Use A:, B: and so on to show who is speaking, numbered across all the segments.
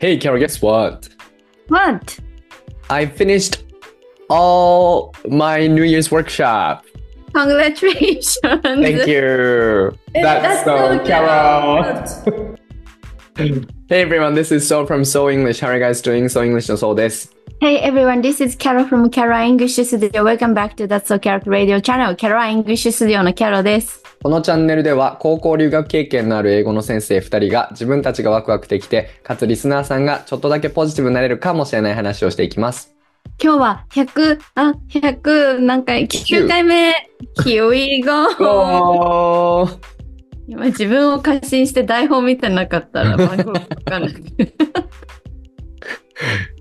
A: Hey, Carol, guess what?
B: What?
A: I finished all my New Year's workshop.
B: Congratulations!
A: Thank you. That's so, Carol. Hey, everyone, this is So from So English. How are you guys doing? So English のそうです。
B: Hey everyone, this is Carol from Carol English Studio. Welcome back to That's So Carol Radio Channel. Carol English Studio の Carol です。
A: このチャンネルでは高校留学経験のある英語の先生2人が自分たちがワクワクできて、かつリスナーさんがちょっとだけポジティブになれるかもしれない話をしていきます。
B: 今日は100、あ、100、なんか9回目。Here we go!
A: おー
B: 今自分を過信して台本見てなかったら番号わかんない。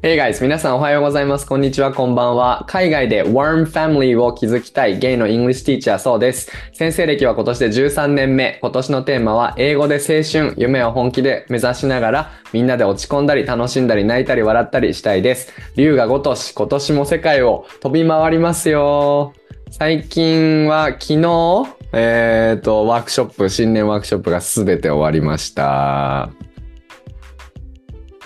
A: Hey guys! 皆さんおはようございます。こんにちは、こんばんは。海外で Warm Family を築きたいゲイの English Teacher そうです。先生歴は今年で13年目。今年のテーマは英語で青春、夢を本気で目指しながらみんなで落ち込んだり楽しんだり泣いたり笑ったりしたいです。龍が如し、今年も世界を飛び回りますよ。最近は昨日、えっ、と、ワークショップ、新年ワークショップが全て終わりました。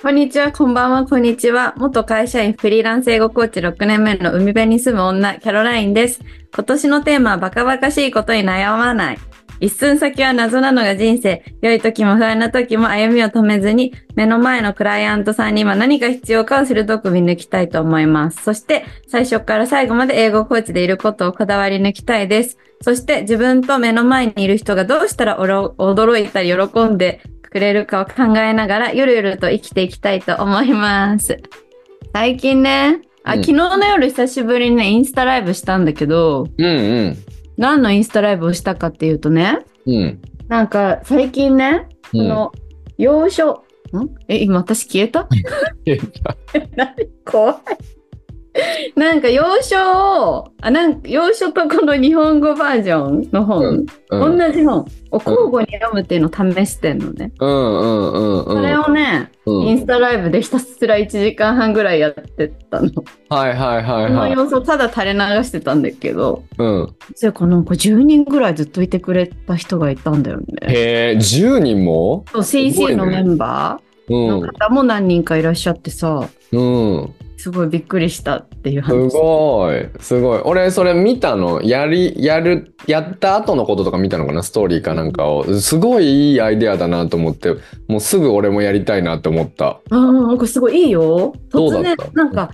B: こんにちは、こんばんは、こんにちは。元会社員フリーランス英語コーチ6年目の海辺に住む女、キャロラインです。今年のテーマはバカバカしいことに悩まない。一寸先は謎なのが人生。良い時も不安な時も歩みを止めずに、目の前のクライアントさんに今何が必要かを鋭く見抜きたいと思います。そして、最初から最後まで英語コーチでいることをこだわり抜きたいです。そして、自分と目の前にいる人がどうしたらおろ驚いたり喜んでくれるかを考えながらゆるゆると生きていきたいと思います。最近ね、あ、
A: うん
B: 昨日の夜久しぶりにね、インスタライブしたんだけど、
A: うんうん。
B: 何のインスタライブをしたかっていうとね、
A: うん。
B: なんか最近ね、
A: う
B: こ
A: ん
B: の、要所、んえ、今私消えた 何怖い。なんか要所を、あ、なんか要所とこの日本語バージョンの本、
A: うん
B: 同じ本を交互に読むっていうのを試してんのね。
A: うんうんうんうん。
B: それをね、
A: うん
B: インスタライブでひたすら1時間半ぐらいやってたの。
A: はいはいは
B: そ
A: い
B: の
A: はい。
B: 様子をただ垂れ流してたんだけど、
A: うん、
B: それかなんか10人ぐらいずっといてくれた人がいたんだよね。
A: へえ、10人も
B: そう
A: すご
B: CC
A: いね
B: のメンバ
A: う
B: ーの
A: ん。
B: 方も何人かいらっしゃってさ、
A: うん。
B: すごいびっくりしたっていう
A: す
B: 話。
A: ごい。すごい。俺、それ見たの。やり、やる、やった後のこととか見たのかなストーリーかなんかを。すごいいいアイデアだなと思って、もうすぐ俺もやりたいなって思った。
B: ああ、なんかすごいいいよ。
A: どう
B: 突
A: だ
B: 然
A: った、
B: なんか、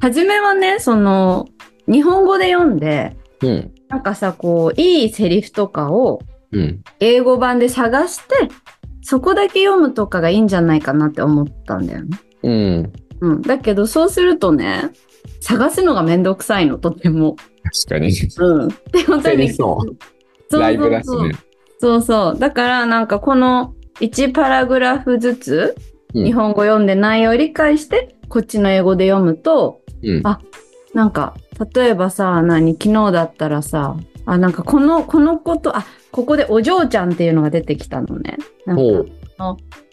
B: 初めはね、その、日本語で読んで、
A: うん。
B: なんかさ、こう、いいセリフとかを、
A: うん。
B: 英語版で探してそこだけ読むとかがいいんじゃないかなって思ったんだよね。
A: うん。
B: うん、だけどそうするとね探すのがめんどくさいのとても。
A: 確かに。
B: うん、で本当に
A: そ
B: そう
A: うライブだしね。
B: そうそうだからなんかこの1パラグラフずつ
A: うん
B: 日本語読んで内容を理解して、こっちの英語で読むと
A: うん。
B: あなんか例えばさ何昨日だったらさあなんかこのこのことあここでお嬢ちゃんっていうのが出てきたのね。なんか
A: ほう。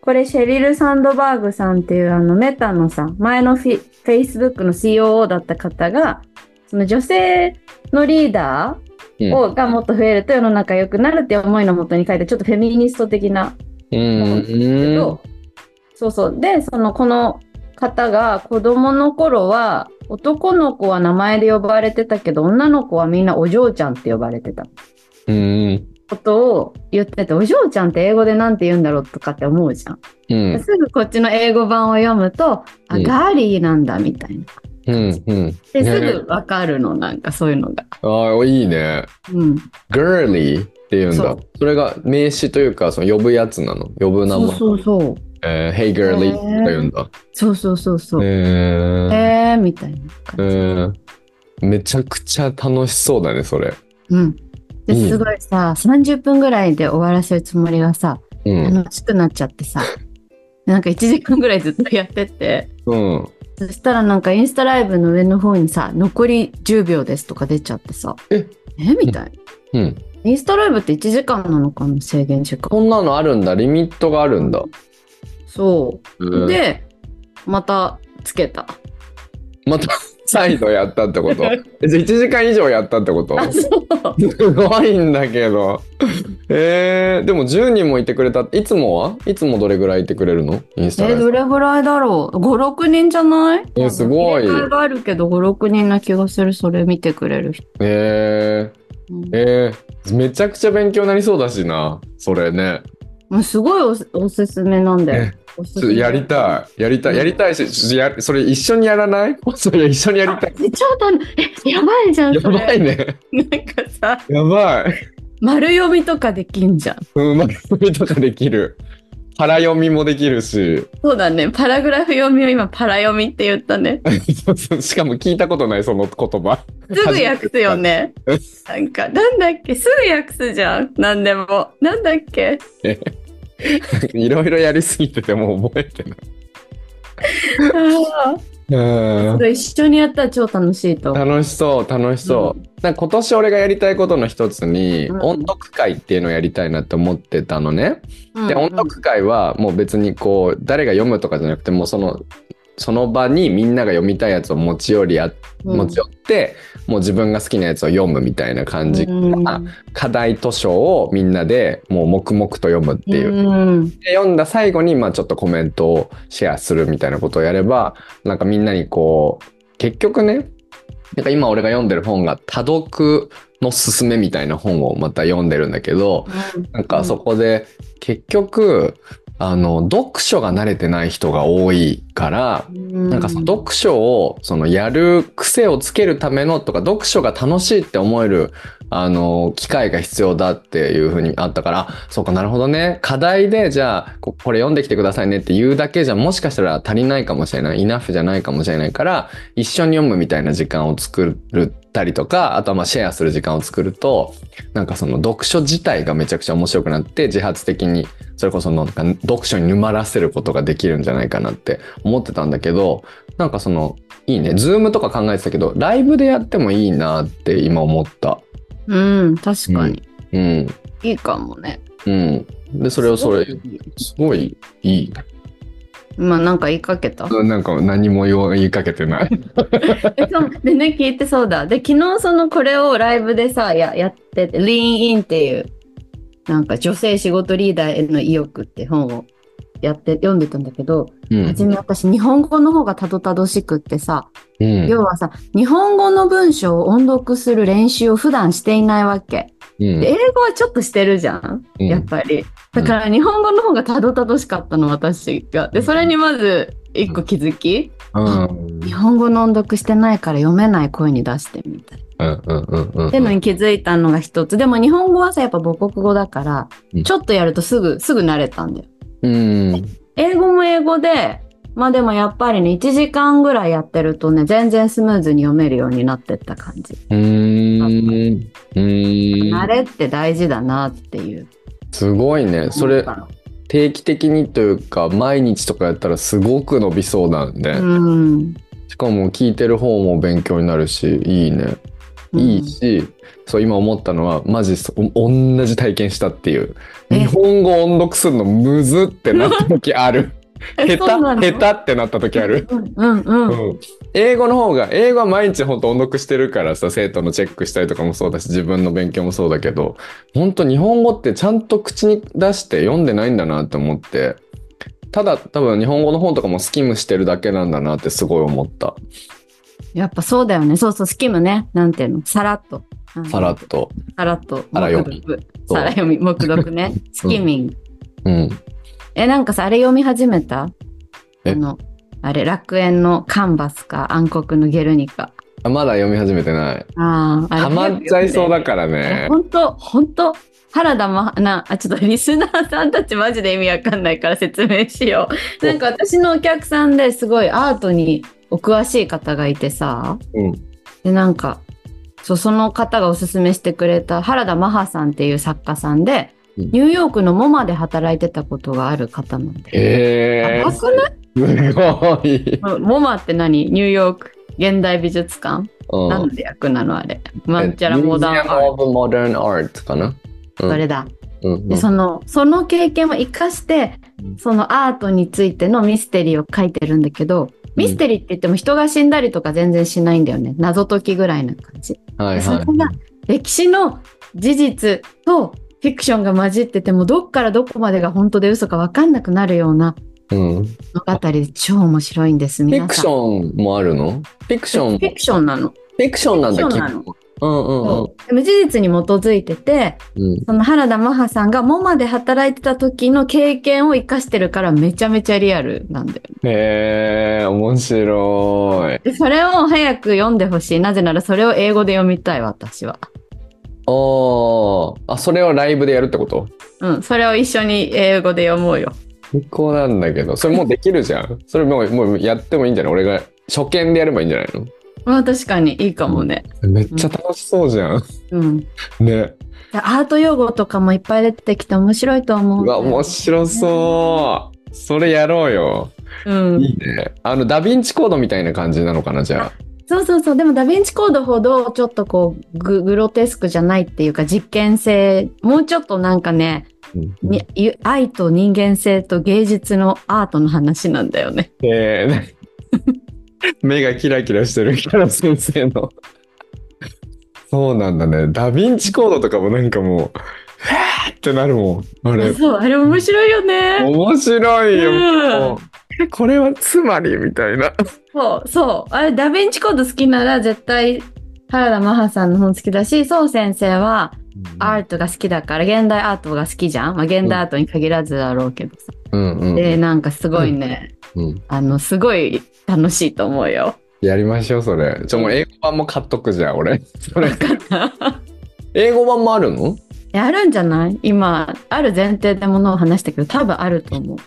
B: これシェリル・サンドバーグさんっていうあのメタのさ前のフェイスブックの COO だった方がその女性のリーダ
A: うん
B: ーをがもっと増えると世の中良くなるっていう思いのもとに書いてちょっとフェミニスト的な
A: うん。
B: けど、そうそうでそのこの方が子供の頃は男の子は名前で呼ばれてたけど女の子はみんなお嬢ちゃんって呼ばれてた
A: うん。
B: ことを言っててお嬢ちゃんって英語で何て言うんだろうとかって思うじゃん。
A: うん。
B: すぐこっちの英語版を読むと、あ、
A: うん
B: ガーリーなんだみたいな。
A: うん。うん。
B: で、
A: ね
B: すぐわかるの、なんかそういうのが。
A: ああ、いいね。
B: うん。
A: girly っていうんだ
B: そ
A: そうれが名詞というかその呼ぶやつなの呼ぶ名
B: そ
A: 前
B: うそうそう。
A: えー Hey girly とか言うんだ
B: そうそうそうそう。
A: えー
B: えー、みたいな
A: え
B: 感じ。
A: ーめちゃくちゃ楽しそうだねそれ
B: うん。で
A: いいね
B: すごいさ、30分ぐらいで終わらせるつもりがさ、
A: うん
B: 楽しくなっちゃってさ、なんか1時間ぐらいずっとやってて、
A: うん
B: そしたらなんかインスタライブの上の方にさ、残り10秒ですとか出ちゃってさ、
A: え
B: えみたいな。
A: うん
B: インスタライブって1時間なのかな、制限時間。
A: こんなのあるんだリミットがあるんだ、
B: そう。
A: うん
B: で、またつけた。
A: また再度やったってことえじゃあ1時間以上やったってこと
B: あ、そう。
A: すごいんだけど。えー、でも10人もいてくれた。いつもはいつもどれぐらいいてくれるのインスタ
B: え、
A: ライ
B: ど
A: ブ。
B: れぐらいだろう ?5、6人じゃない
A: えすごい
B: 入れ替えがあるけど、5、6人な気がする、それ見てくれる人。
A: え
B: うん
A: ー、えー、めちゃくちゃ勉強になりそうだしな。それね。
B: もうすごいおすおすすめなんだよ。おす
A: ち
B: す
A: ょ
B: め
A: やりたい。やりたい。やりたいし、ちょやそれ一緒にやらない それ一緒にやりたい。
B: えちょっと、え、やばいじゃん、
A: や
B: それ。
A: ばいね。
B: なんかさ、
A: やばい。
B: 丸読みとかできんじゃん。
A: うん、まみとかできる。腹読みもできるし。
B: そうだね。パラグラフ読みを今、パラ読みって言ったね。
A: そうそうしかも聞いたことない、その言葉。
B: すぐ訳すよね
A: うん。
B: なんか、なんだっけすぐ訳すじゃん。なんでも。なんだっけ
A: いろいろやりすぎててもう覚えてない。
B: あ
A: うん
B: ーそれ一緒にやったら超楽しいと思う。
A: 楽しそう楽しそう、
B: う
A: なんか今年俺がやりたいことの一つに、
B: うん
A: 音読会っていうのをやりたいなって思ってたのね、で
B: うん
A: 音読会はもう別にこう誰が読むとかじゃなくてもうそのその場にみんなが読みたいやつを持ち寄りや、
B: うん
A: 持ち寄ってもう自分が好きなやつを読むみたいな感じ、
B: うん
A: あ課題図書をみんなでもう黙々と読むっていう、
B: うん
A: で読んだ最後に、まあ、ちょっとコメントをシェアするみたいなことをやればなんかみんなにこう結局ねなんか今俺が読んでる本が「多読のすすめ」みたいな本をまた読んでるんだけどなんかそこで結局あの読書が慣れてない人が多いから
B: な
A: なんかその読書をそのやる癖をつけるためのとか読書が楽しいって思えるあの機会が必要だっていうふうにあったからあそうかなるほどね課題でじゃあここれ読んできてくださいねって言うだけじゃもしかしたら足りないかもしれないイナフじゃないかもしれないから一緒に読むみたいな時間を作ったりとかあとはまあシェアする時間を作るとなんかその読書自体がめちゃくちゃ面白くなって自発的にそれこそなんか読書に沼らせることができるんじゃないかなって思ってたんだけどなんかそのいいねズームとか考えてたけどライブでやってもいいなって今思った
B: うん、確かに。
A: うん
B: いいかもね。
A: うんでそれをそれすごいいい
B: 今なんか言いかけた。
A: なんか何も言わ言いかけてない
B: えそうでね、聞いてそうだ。で、昨日そのこれをライブでさ、ややってて、リーンインっていう、なんか女性仕事リーダーへの意欲って本をやって、読んでたんだけど、
A: うん
B: 初め私日本語の方がたどたどしくってさ、
A: うん
B: 要はさ、日本語の文章を音読する練習を普段していないわけ。
A: うん
B: で英語はちょっとしてるじゃん。
A: うん
B: やっぱり。だから日本語の方がたどたどしかったの、私が。で、それにまず一個気づき。
A: うん
B: 日本語の音読してないから読めない声に出してみたい。
A: うんうんうんうん
B: ってのに気づいたのが一つ。でも日本語はさ、やっぱ母国語だから
A: うん、
B: ちょっとやるとすぐ、すぐ慣れたんだよ。
A: うん
B: 英語も英語で、まあでもやっぱりね、1時間ぐらいやってるとね、全然スムーズに読めるようになってった感じ。
A: うんうん
B: 慣れって大事だなっていう。
A: すごいねそれ定期的にというか毎日とかやったらすごく伸びそうなんで、
B: うん。
A: しかも聞いてる方も勉強になるしいいねいいし、そう今思ったのはマジそお同じ体験したっていう
B: え
A: 日本語音読するのむずってなった時ある
B: うん。 えそうな
A: 下
B: の
A: 手下手ってなった時ある、
B: うんうん
A: う
B: うん。
A: ん、英語の方が英語は毎日本当音読してるからさ生徒のチェックしたりとかもそうだし自分の勉強もそうだけど本当日本語ってちゃんと口に出して読んでないんだなって思ってただ多分日本語の本とかもスキムしてるだけなんだなってすごい思った
B: やっぱそうだよね。そうそう、スキムね。なんていうのさらっと。
A: さらっと。
B: さらっと。
A: さら読み
B: 黙読
A: そう
B: さら読み、目 読ね。スキミング。
A: うん
B: え、なんかさ、あれ読み始めた
A: え
B: あの、あれ、楽園のカンバスか、暗黒のゲルニカ。
A: あまだ読み始めてない
B: ああ、あれ。
A: ハマっちゃいそうだから
B: ら
A: ね
B: ほんと、ほんと、原田ま、な、あ、ちょっとリスナーさんたちマジで意味わかんないから説明しよう。なんか私のお客さんですごいアートにお詳しい方がいてさ、
A: うん
B: で、なんか、そう、その方がおすすめしてくれた原田マハさんっていう作家さんで、
A: うん
B: ニューヨークのモマで働いてたことがある方なんで。
A: え
B: やばくない
A: ー、すごい、
B: もモマって何ニューヨーク現代美術館、
A: う
B: なん
A: ん、
B: で役なのあれ。なんちゃらモダンアー
A: ア
B: ト。
A: ブ・モダン・アートかな、うん
B: それだ。
A: うんう
B: で、
A: ん
B: その、その経験を生かして
A: うん、
B: そのアートについてのミステリーを書いてるんだけど、ミステリーって言っても人が死んだりとか全然しないんだよね。謎解きぐらいな感じ。
A: はい
B: そ
A: は
B: れが
A: い
B: 歴史の事実とフィクションが混じっててもどっからどこまでが本当で嘘か分かんなくなるような
A: うん。フ
B: 物語で超面白いんです皆さん
A: ィクションもあるのフィクションも、
B: フィ
A: フ
B: クションなの
A: ィクションなんだ
B: フィ
A: っけ
B: クションなの
A: うんうん
B: そうでも事実に基づいてて
A: うん。うん
B: その原田マハさんがモマで働いてた時の経験を生かしてるからめちゃめちゃリアルなんだよ
A: へえ、面白い。
B: でそれを早く読んでほしいなぜならそれを英語で読みたい私は
A: おー。あ、それをライブでやるってこと
B: うんそれを一緒に英語で読もうよ
A: 最高なんだけど、それもうできるじ ゃん。それもうもうやってもいいんじゃない俺が初見でやればいいんじゃない
B: まあ確かにいいかもね
A: のめっちゃ楽しそうじゃん。
B: うん
A: ね。
B: アート用語とかもいっぱい出てきて面白いと思う。
A: うわ、面白そう。それやろうよ。
B: う。うん。
A: いいね。あの、ダヴィンチコードみたいな感じなのかな、じゃあ。
B: そうそうそう。でもダヴィンチコードほどちょっとこうググロテスクじゃないっていうか実験性、もうちょっとなんかね、
A: うん
B: にゆ愛と人間性と芸術のアートの話なんだよね。
A: えー 目がキラキラしてるキャラ先生のそうなんだねダヴィンチコードとかもなんかもう「へーってなるもんあれ
B: そう、あれ面白いよね。
A: 面白いよ、
B: うん
A: もうこれはつまりみたいな
B: そうそう。あれダヴィンチコード好きなら絶対原田マハさんの本好きだし、そう先生はアートが好きだから、現代アートが好きじゃん。まあ現代アートに限らずだろうけどさ。
A: うんうん、
B: で、なんかすごいね、
A: うん
B: あの、すごい楽しいと思うよ。
A: やりましょうそれちょもう英語版も買っとくじゃん俺それ英語版もあるの
B: やるんじゃない今、ある前提でものを話したけど、多分あると思う。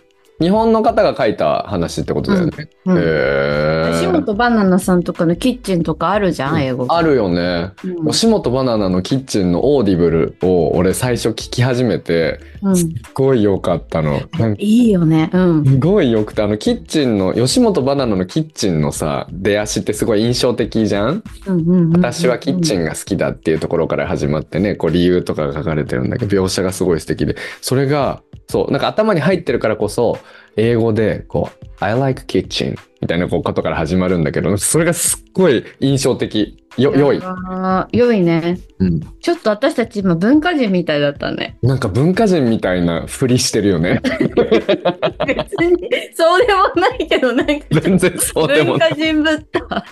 A: 日本の方が書いた話ってことだよね、
B: うんうん
A: へー
B: 吉本バナナさんとかのキッチンとかあるじゃん、英語。
A: あるよね
B: うん
A: 吉本バナナのキッチンのオーディブルを俺最初聞き始めて
B: うん
A: すごい良かったの。なんか
B: いいよね。うん。
A: すごい良くてあのキッチンの吉本バナナのキッチンのさ出足ってすごい印象的じゃん
B: うんうんうんうん
A: 私はキッチンが好きだっていうところから始まってねこう理由とかが書かれてるんだけど描写がすごい素敵でそれがそうなんか頭に入ってるからこそ英語でこう「I like kitchen」みたいなこうことから始まるんだけどそれがすっごい印象的よ良い。
B: あー良いね。
A: うん
B: ちょっと私たち今文化人みたいだったね。
A: なんか文化人みたいなふりしてるよ ね。
B: 別に、そうでもないけど、なんか
A: 全然そうでも
B: 文
A: ない。
B: 化人ぶった。
A: 確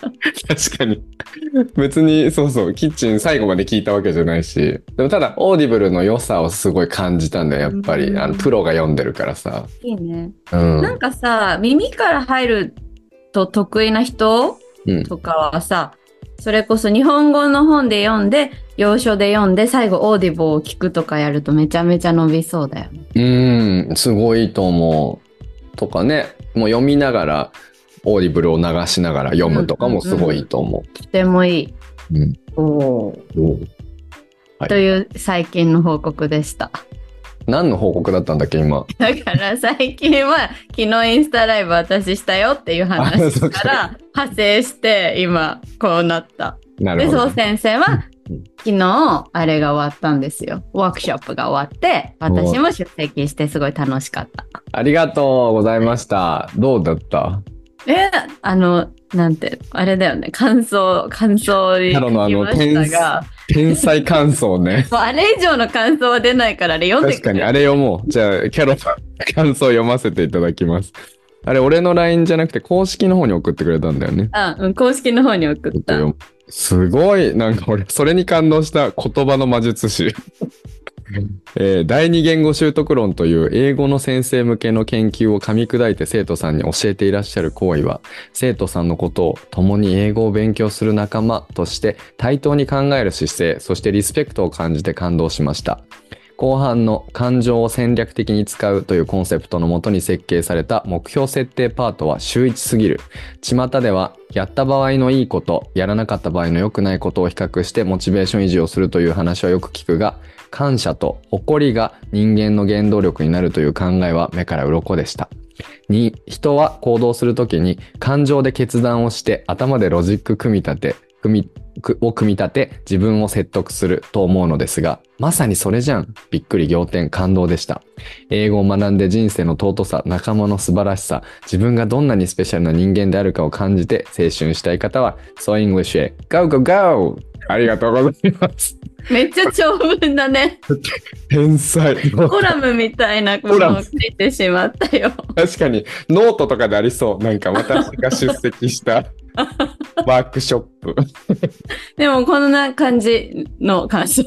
A: かに。別に、そうそう、キッチン最後まで聞いたわけじゃないし。でもただ、オーディブルの良さをすごい感じたんだよ、やっぱ
B: う
A: り。
B: ん
A: あの、プロが読んでるからさ。
B: いいね。
A: う
B: なん
A: ん。
B: かさ耳から入ると得意な人、
A: うん
B: とかはさそれこそ日本語の本で読んで洋書で読んで最後オーディボを聞くとかやるとめちゃめちゃ伸びそうだよね。
A: うん、すごいと思う。とかね、もう読みながら、オーディブルを流しながら読むとかもすごいいいと思
B: とてもいい。
A: うん
B: おー
A: う。うんはい
B: という最近の報告でした。
A: 何の報告だったんだっけ、今。
B: だから最近は昨日インスタライブ私したよっていう
A: あ
B: 話
A: そ
B: か
A: うから
B: 派生して今こうなった。
A: なる
B: で、
A: ほ
B: そう
A: ど。
B: 先生は
A: うん、
B: 昨日、あれが終わったんですよ。ワークショップが終わって、私も出席して、すごい楽しかった。
A: ありがとうございました。どうだった
B: え、あの、なんて、あれだよね、感想、感想に
A: キャロのあの
B: 書きましたが、
A: 天才感想 ね。
B: もうあれ以上の感想は出ないから、あれ読んで
A: 確
B: く
A: かに、
B: れ
A: あ
B: る。
A: れ読もう。じゃあ、キャロさん、感想読ませていただきます。あれ、俺の LINE じゃなくて、公式の方に送ってくれたんだよね。
B: あ、うん、公式の方に送
A: ちょ
B: っ
A: っと
B: た。
A: 読むすごい、なんか俺、それに感動した言葉の魔術 師。えー第二言語習得論という英語の先生向けの研究を噛み砕いて生徒さんに教えていらっしゃる行為は生徒さんのことを共に英語を勉強する仲間として対等に考える姿勢そしてリスペクトを感じて感動しました後半の感情を戦略的に使うというコンセプトのもとに設計された目標設定パートは秀逸すぎる巷ではやった場合のいいことやらなかった場合の良くないことを比較してモチベーション維持をするという話はよく聞くが感謝と誇りが人間の原動力になるという考えは目から鱗でした。2人は行動するときに感情で決断をして頭でロジック組み立て組みくを組み立て自分を説得すると思うのですがまさにそれじゃんびっくり仰天感動でした英語を学んで人生の尊さ仲間の素晴らしさ自分がどんなにスペシャルな人間であるかを感じて青春したい方は So English へ Go Go Go ありがとうございます
B: めっちゃ長文だ ね。
A: 天 才
B: コラムみたいなこ
A: コ
B: と
A: ラ
B: を
A: ム
B: 書いてしまったよ。
A: 確かにノートとかでありそうなんか私が出席したワークショップ
B: でもこんな感じの感想。
A: い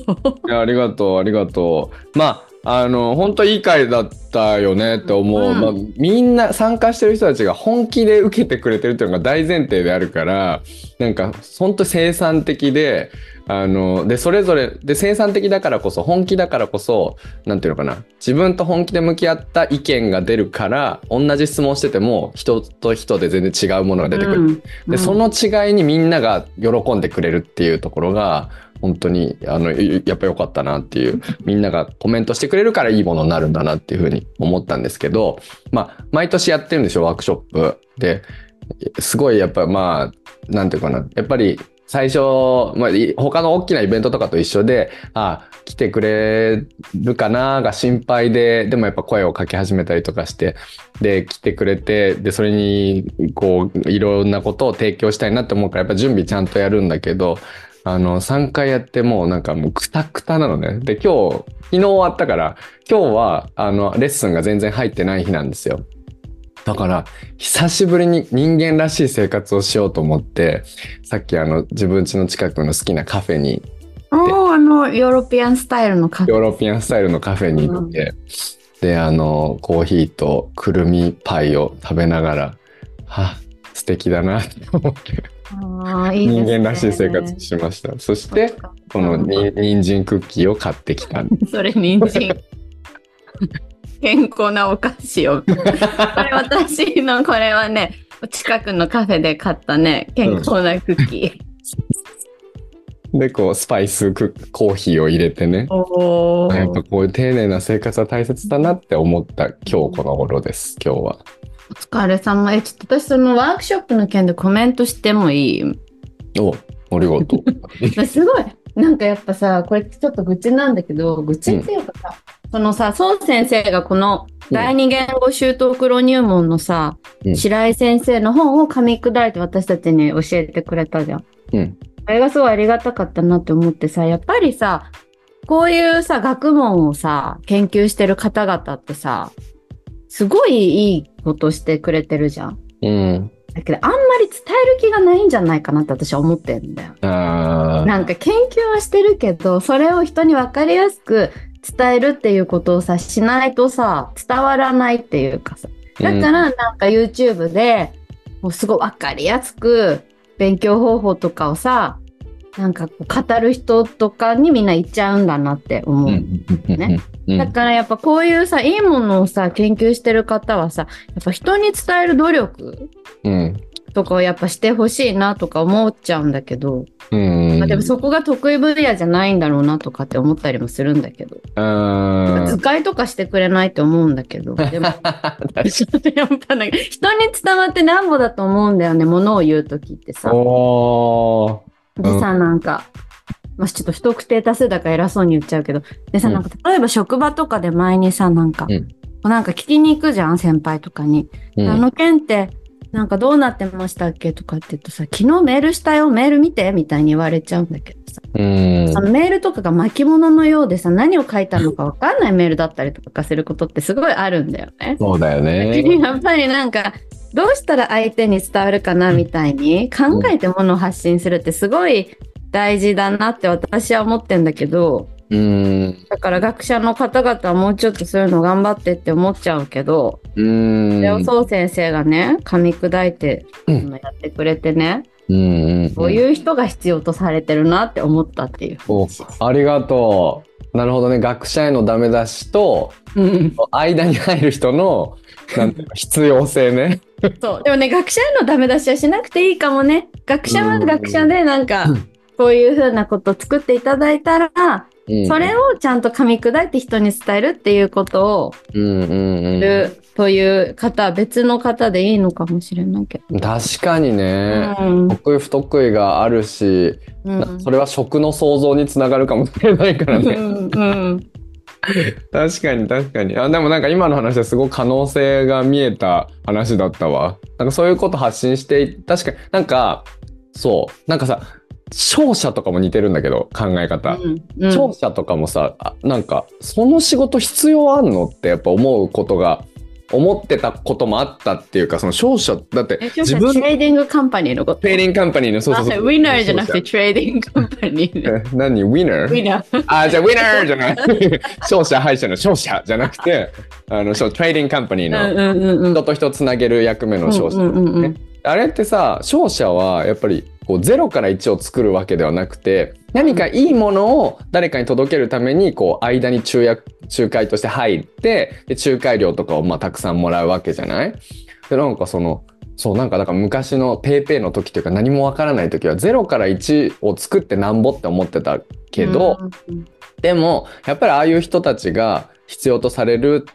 A: やありがとうありがとうまああの本当いい回だったよねって思う、
B: うん
A: まあ、みんな参加してる人たちが本気で受けてくれてるっていうのが大前提であるからなんか本当生産的であのでそれぞれで生産的だからこそ本気だからこそなんていうのかな自分と本気で向き合った意見が出るから同じ質問してても人と人で全然違うものが出てくる。
B: うん
A: で、その違いにみんなが喜んでくれるっていうところが、本当に、あの、いやっぱ良かったなっていう、みんながコメントしてくれるからいいものになるんだなっていうふうに思ったんですけど、まあ、毎年やってるんでしょ、ワークショップ。で、すごいやっぱまあ、なんていうかな、やっぱり最初、まあ、い他の大きなイベントとかと一緒で、ああ、来てくれるかなが心配で、でもやっぱ声をかけ始めたりとかして、で、来てくれて、で、それに、こう、いろんなことを提供したいなって思うから、やっぱ準備ちゃんとやるんだけど、あの、3回やってもうなんかもうクタクタなのね。で、今日、昨日終わったから、今日は、あの、レッスンが全然入ってない日なんですよ。だから、久しぶりに人間らしい生活をしようと思って、さっきあの、自分家の近くの好きなカフェに、
B: おーあのヨーロピアンスタイルのカフェ。
A: ヨーロピアンスタイルのカフェに行って、で、あの、コーヒーとくるみパイを食べながら、はあ、素敵だなって思って、
B: あーいいです
A: 人
B: ね
A: 間らしい生活しました。そして、このに人参クッキーを買ってきた。
B: それ人 参健康なお菓子をこれ私のこれはね近くのカフェで買ったね健康なクッキ
A: で、こう、スパイスクッコーヒーを入れてね
B: ー、。お
A: やっぱこういう丁寧な生活は大切だなって思った今日この頃です、今日は。
B: お疲れ様えちょっと私そのワークショップの件でコメントしてもいい
A: お、あり がとう。
B: すごいなんかやっぱさこれちょっと愚痴なんだけど愚痴っていうかさ、そのさ孫先生がこの第二言語習得路入門のさ、
A: うん
B: 白井先生の本を噛み砕いて私たちに教えてくれたじゃん。
A: うん、
B: それがすごいありがたかったなって思ってさやっぱりさこういうさ学問をさ研究してる方々ってさすごいいいことしてくれてるじゃん。
A: うん。
B: だけどあんまり伝える気がないんじゃないかなって私は思ってるんだよ。
A: あ
B: なんか研究はしてるけどそれを人に分かりやすく伝えるっていうことをさしないとさ伝わらないっていうかさ
A: ー
B: だからなんか YouTube でもうすごい分かりやすく勉強方法とかをさなんかこう語る人とかにみんな行っちゃうんだなって思う。ね。
A: うん
B: だからやっぱこういうさいいものをさ研究してる方はさやっぱ人に伝える努力
A: うん。
B: とかをやっぱしてほしいなとか思っちゃうんだけど、
A: うん。
B: まあ、でもそこが得意分野じゃないんだろうなとかって思ったりもするんだけど、
A: うん。
B: 図解とかしてくれないと思うんだけ どでもやっぱなんか人に伝わってなんぼだと思うんだよねものを言う時ってさ。
A: おー
B: でさなんか、まあ、ちょっと不特定多数だから偉そうに言っちゃうけどでさ
A: うん
B: なんか例えば職場とかで前にさなんか、
A: うん
B: なんか聞きに行くじゃん先輩とかに。
A: うん
B: あの件ってなんかどうなってましたっけとかって言うとさ昨日メールしたよメール見てみたいに言われちゃうんだけどさ。
A: うん
B: そのメールとかが巻物のようでさ何を書いたのか分かんないメールだったりとかすることってすごいあるんだよね。
A: そうだよね。
B: やっぱりなんかどうしたら相手に伝わるかなみたいに考えてものを発信するってすごい大事だなって私は思ってんだけど
A: うん。
B: だから学者の方々はもうちょっとそういうの頑張ってって思っちゃうけど、
A: うん。
B: それをそう先生がね噛み砕いてあのやってくれてね、
A: うん。
B: こういう人が必要とされてるなって思ったっていう。
A: おありがとう。なるほどね。学者へのダメ出しと、
B: うん
A: 間に入る人の、なんていうか、必要性ね。
B: そうでもね学者へのダメ出しはしなくていいかもね学者は
A: うん
B: 学者でなんか
A: うん
B: こういうふうなこと作っていただいたら
A: うん
B: それをちゃんと噛み砕いて人に伝えるっていうことを
A: うんうん
B: す
A: う
B: るという方は別の方でいいのかもしれないけど。
A: ん。確かにね。
B: うん
A: 得意不得意があるし、
B: うん
A: それは食の想像につながるかもしれないから
B: う
A: ね。
B: んうん
A: 確かに確かにあでもなんか今の話はすごく可能性が見えた話だったわなんかそういうこと発信してい確かになんかそうなんかさ商社とかも似てるんだけど考え方、
B: うん
A: 商社とかもさあなんかその仕事必要あんのってやっぱ思うことが思ってたこともあったっていうかその商社だって
B: え
A: 自
B: 商社
A: 分
B: ト
A: の
B: レーディングカンパニーのこと。
A: ペイリングカンパニーのそうそうそう
B: あウィナーじゃなくて
A: 商
B: トレーディングカンパニー。
A: 社え何ウィナー
B: ウィナー。
A: あ、じゃあ、ウィナーじゃない。 勝者、敗者の勝者じゃなくて、あの、そう、トレーディングカンパニー
B: うん
A: の
B: うんうんうん
A: 人と人つなげる役目の勝者。
B: うんうんうんうん
A: あれってさ、勝者はやっぱり、こう、0から1を作るわけではなくて、何かいいものを誰かに届けるために、こう、間に仲約、仲介として入って、で、仲介料とかを、まあ、たくさんもらうわけじゃないで、なんかその、そう、なんか、だから昔のペイペイの時というか、何もわからない時は、0から1を作ってなんぼって思ってたけど、、
B: うん
A: でもやっぱりああいう人たちが必要とされる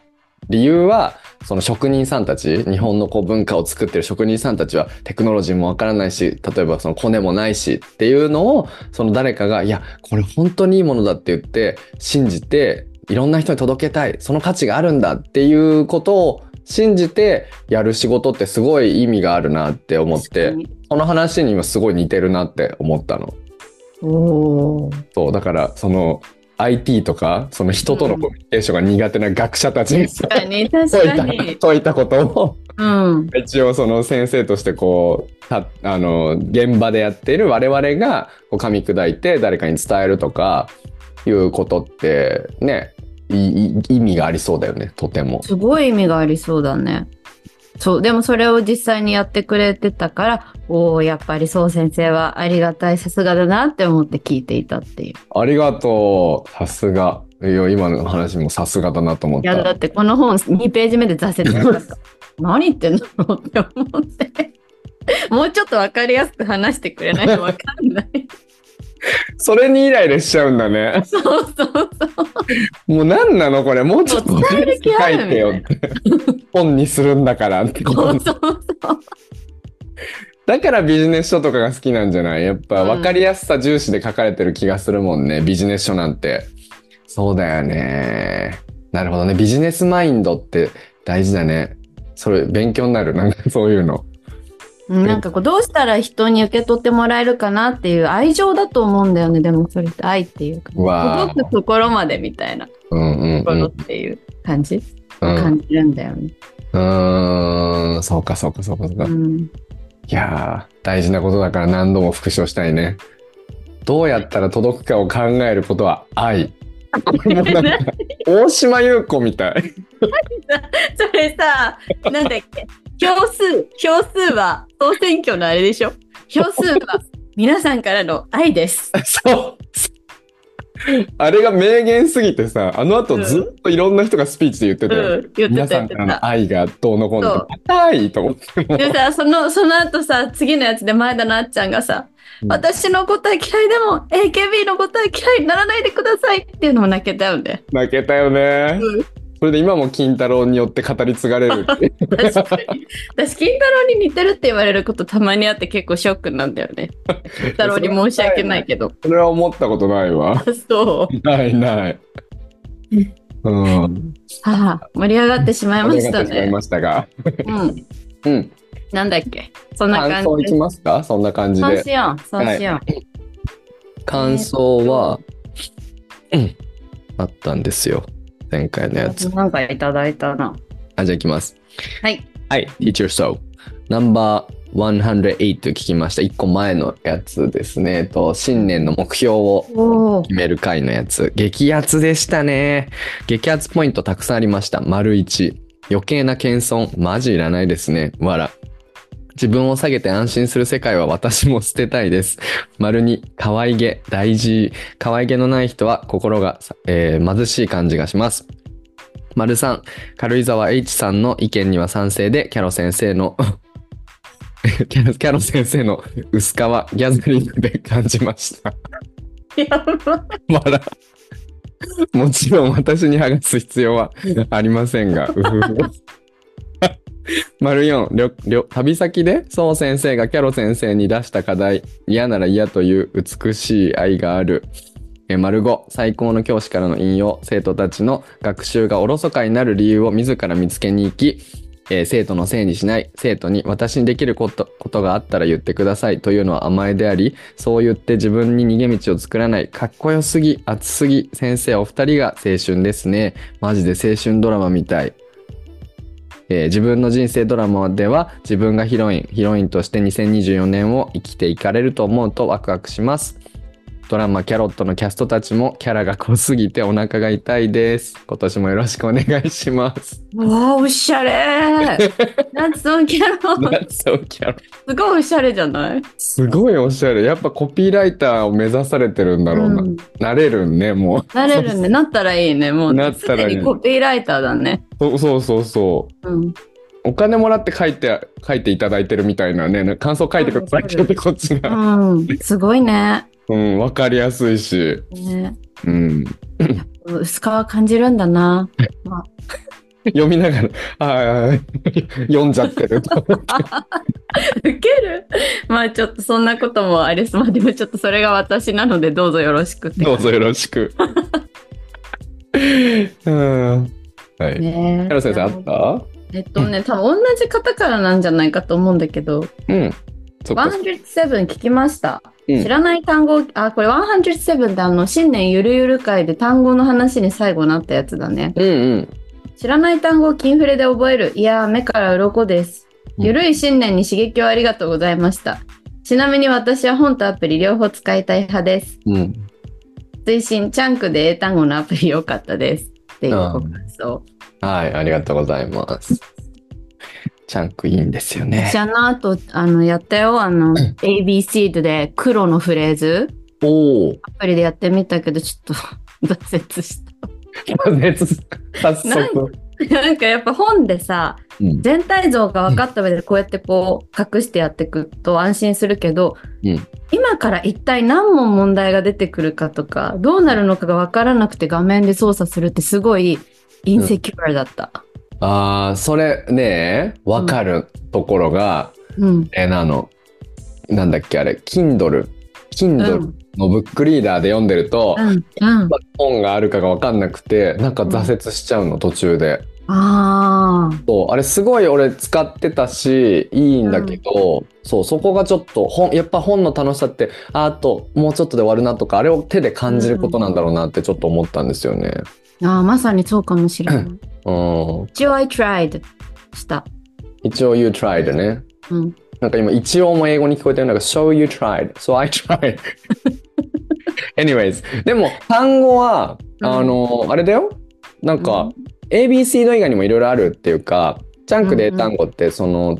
A: 理由はその職人さんたち日本のこう文化を作ってる職人さんたちはテクノロジーもわからないし例えばそのコネもないしっていうのをその誰かがいやこれ本当にいいものだって言って信じていろんな人に届けたいその価値があるんだっていうことを信じてやる仕事ってすごい意味があるなって思っ
B: 確
A: て
B: かに
A: この話に今すごい似てるなって思ったの。
B: おー
A: そうだからその IT とかその人とのコミュニケーションが苦手な学者 たちに
B: 確かに確
A: 解い
B: か
A: た
B: に。
A: 解いたことを
B: うん。
A: 一応その先生としてこうたあの現場でやっている我々がこう噛み砕いて誰かに伝えるとかいうことってねいい意味がありそうだよねとても。
B: すごい意味がありそうだね。そう、でもそれを実際にやってくれてたから、おお、やっぱりそう先生はありがたい、さすがだなって思って聞いていたっていう。
A: ありがとうさすがいや今の話もさすがだなと思っ
B: いや、だ
A: た。
B: ってこの本2ページ目で挫折しました。何言ってんだろうって思って。 もうちょっと分かりやすく話してくれないと分かんない。
A: それにイライラしちゃうんだね。
B: そうそうそう。
A: もう何なのこれもうちょっと
B: もう伝える気ある
A: 書いてよって本にするんだからって
B: そうそうそう。
A: だからビジネス書とかが好きなんじゃないやっぱ
B: うん
A: 分かりやすさ重視で書かれてる気がするもんね、ビジネス書なんてそうだよねなるほどねビジネスマインドって大事だねそれ勉強になるなんかそういうの
B: なんかこう、どうしたら人に受け取ってもらえるかなっていう愛情だと思うんだよね。でもそれって愛っていうか。
A: うわ
B: 届くところまでみたいな。
A: うんうんう
B: このっ
A: ん
B: ていう感じ、
A: うん
B: 感じるんだよね。
A: うーんそうかそうかそうかそうか、
B: う
A: い
B: ん、
A: やー大事なことだから何度も復唱したいねどうやったら届くかを考えることは 愛大島優子みたい
B: それさ、なんだっけ、票数、票数は総選挙のあれでしょ票数は皆さんからの愛です。
A: そう。あれが名言すぎてさ、あの後ずっといろんな人がスピーチで言って
B: う
A: たよ。
B: ん、言って
A: 皆
B: た
A: さ
B: 言っ
A: ん
B: て
A: からの
B: た。
A: 愛がどうのこうの
B: そう
A: と、高いと思っても。
B: でさ、その、その後さ、次のやつで前田のあっちゃんがさ、
A: うん
B: 私のことは嫌いでも、AKB のことは嫌いにならないでくださいっていうのも泣けたよね。
A: 泣けたよね。
B: うん
A: それで今も金太郎によって語り継がれるっていう。
B: 確かに。私、金太郎に似てるって言われることたまにあって結構ショックなんだよね。金太郎に申し訳ないけ ど。
A: それは思ったことないわ。
B: そう。
A: ないない。うん。
B: はあ、盛り上がってしまいま
A: 盛り
B: し
A: 上が
B: た
A: ってしまい
B: ね。
A: ましたが。
B: うん。
A: うん。
B: なんだっけそんな
A: 感
B: 感
A: 想い
B: じ
A: き。ますかそんな感じ
B: そう
A: で。
B: しよう。そうしよ
A: 感想は、うんあったんですよ。前回のやつ
B: う。。なんかいただいたな。
A: あ、じゃあいきます。
B: はい。
A: はい、Teach Your Soul。ナンバー108聞きました。1個前のやつですね。えっと、新年の目標を
B: お お。
A: 決める回のやつ。激アツでしたね。激アツポイントたくさんありました。丸1。余計な謙遜。マジいらないですね。わら。自分を下げて安心する世界は私も捨てたいです。丸2、可愛げ、大事。可愛げのない人は心が、えー貧しい感じがします。丸3、軽井沢 H さんの意見には賛成で、キャロ先生の キャロ、キャロ先生の薄皮ギャザリングで感じました。
B: やば
A: 笑もちろん私に剥がす必要はありませんが。うふふ丸4旅旅、旅先で、そう先生がキャロ先生に出した課題、嫌なら嫌という美しい愛がある。えー丸5、最高の教師からの引用、生徒たちの学習がおろそかになる理由を自ら見つけに行き、えー生徒のせいにしない、生徒に私にできることことがあったら言ってくださいというのは甘えであり、そう言って自分に逃げ道を作らない、かっこよすぎ、熱すぎ、先生お二人が青春ですね。マジで青春ドラマみたい。えー自分の人生ドラマでは自分がヒロイン、ヒロインとして2024年を生きていかれると思うとワクワクします。ドラマキャロットのキャストたちもキャラが濃すぎてお腹が痛いです。今年もよろしくお願いします。
B: わあ、おしゃれーなんつうのキャロ
A: なんそうキャロット
B: すごいおしゃれじゃない
A: すごいおしゃれ。やっぱコピーライターを目指されてるんだろうな。
B: うん
A: なれるんね、も
B: なれるね。なったらいいね。もう、
A: なったらいい
B: すでにコピーライターだね。
A: う。そうそうそうそう。
B: うん。
A: お金もらって書いて、書いていただいてるみたいなね。感想書いてください
B: そう
A: って
B: です
A: こっちが。
B: うん。すごいね。
A: うん、わかりやすいし。
B: ね
A: うん。
B: 薄皮感じるんだな。
A: 読みながら、 ああ、読んじゃってる。
B: ウケるまあちょっとそんなこともありそう。まあでもちょっとそれが私なのでどうぞよろしくって。
A: どうぞよろしく。 うん。はい。キ
B: ね
A: ャロ先生、あった
B: えっとね、多分同じ方からなんじゃないかと思うんだけど、
A: うん。そっか。
B: 107聞きました。
A: うん
B: 知らない単語、あ、これ107ってあの、新年ゆるゆる会で単語の話に最後なったやつだね。
A: うんうん。
B: 知らない単語をキンフレで覚える。いやー、目から鱗です。
A: うん
B: ゆるい新年に刺激をありがとうございました。ちなみに私は本とアプリ両方使いたい派です。
A: うん。
B: 推進チャンクで英単語のアプリ良かったですっていうご感想。
A: はい、ありがとうございます。チャンクいいんですよね
B: じ。ゃあなあとあのやったよあの ABC で黒のフレーズ
A: お お。
B: アプリでやってみたけどちょっと 挫折し
A: 早速。
B: た。 なんかやっぱ本でさ
A: うん
B: 全体像が分かった上でこうやってこう隠してやっていくと安心するけど、
A: うん
B: 今から一体何問問題が出てくるかとかどうなるのかが分からなくて画面で操作するってすごいインセキュアだった。
A: ああ、それね、わかるところが、
B: うん、
A: えなの、なんだっけあれ、Kindle。
B: うん、う
A: Kindle
B: ん、
A: のブックリーダーで読んでると、
B: うん、
A: 本があるかがわかんなくて、なんか挫折しちゃうの、途中で。
B: ああ。
A: そう、あれすごい俺使ってたし、いいんだけど、そう、そこがちょっと、本、やっぱ本の楽しさって、ああともうちょっとで終わるなとか、あれを手で感じることなんだろうなってちょっと思ったんですよね。
B: ああ、まさにそうかもしれない。
A: うん。
B: 一応、I tried した。
A: 一応 You tried ね。
B: うん。
A: なんか今一応も英語に聞こえたようななんか So you tried, so I tried. Anyways でも単語は
B: うん
A: あの、あれだよなんか ABC の以外にもいろいろあるっていうかチャンクで英単語ってその、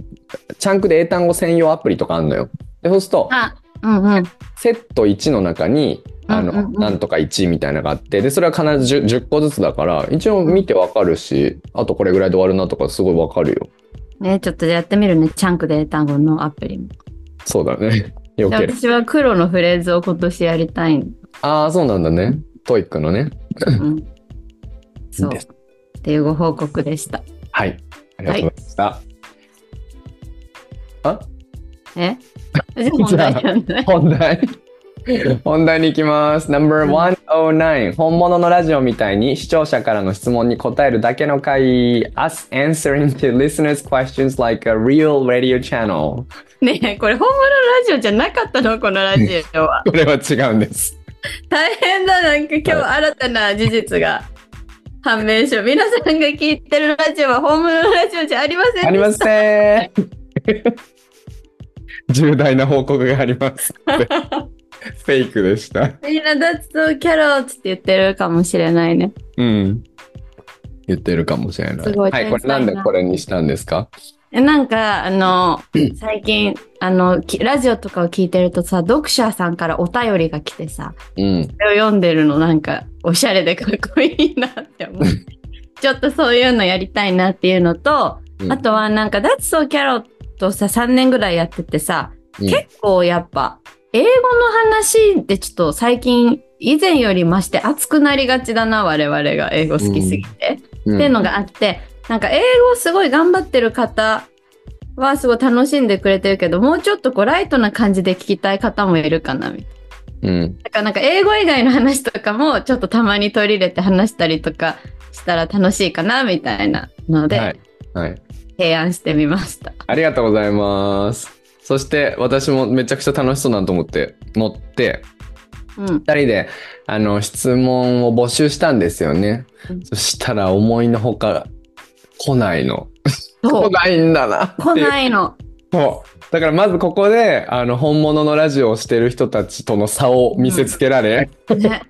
A: チャンクで英単語専用アプリとかあるのよ。でそうすると
B: あ、うんうん。
A: セット1の中にあの、
B: うんうんうん
A: なんとか1みたいなのがあってでそれは必ず 10, 10個ずつだから一応見てわかるしあとこれぐらいで終わるなとかすごいわかるよ。
B: ね、ちょっとやってみるね。チャンクで単語のアプリも。
A: そうだね。 よければ
B: 私は黒のフレーズを今年やりたいん。
A: ああ、そうなんだね。トイックのね。
B: うん。そう。
A: いいで
B: っていうご報告でした。
A: はい。ありがとうございました。
B: えじゃあ本題じゃない。
A: 本題。本題に行きます。No.109。本物のラジオみたいに視聴者からの質問に答えるだけの回。Us answering to listeners' questions like a real radio channel。
B: ねえ、これ本物のラジオじゃなかったのこのラジオ は。
A: これは違うんです。
B: 大変だ、なんか今日新たな事実が判明しよう。皆さんが聞いてるラジオは本物のラジオじゃありませんでした
A: ありません。重大な報告があります。フェイクでした。
B: みんな脱走キャロッツって言ってるかもしれないね。
A: うん。言ってるかもしれない。
B: すごい
A: はい、これなんでこれにしたんですか
B: えなんか、あの、最近、あの、きラジオとかを聞いてるとさ、読者さんからお便りが来てさ、
A: うん。
B: それを読んでるのなんか、おしゃれでかっこいいなっ て思う。ちょっとそういうのやりたいなっていうのと、
A: うん
B: あとはなんか、脱走キャロットさ、3年ぐらいやっててさ、
A: うん
B: 結構やっぱ、英語の話でちょっと最近以前より増して熱くなりがちだな我々が英語好きすぎて、
A: うん
B: っていうのがあってなんか英語をすごい頑張ってる方はすごい楽しんでくれてるけどもうちょっとこうライトな感じで聞きたい方もいるかなみたいな。
A: うん。
B: だからなんか英語以外の話とかもちょっとたまに取り入れて話したりとかしたら楽しいかなみたいなの
A: は
B: で
A: い。はい。
B: 提案してみました。
A: ありがとうございます。そして私もめちゃくちゃ楽しそうだなと思って乗って
B: うん、
A: 2人であの質問を募集したんですよね、
B: うん
A: そしたら思いのほか来ないの
B: そ
A: 来
B: う
A: ないんだなって
B: 来
A: いう
B: ないの。
A: そう。だからまずここで、あの、本物のラジオをしてる人たちとの差を見せつけられ、
B: ね、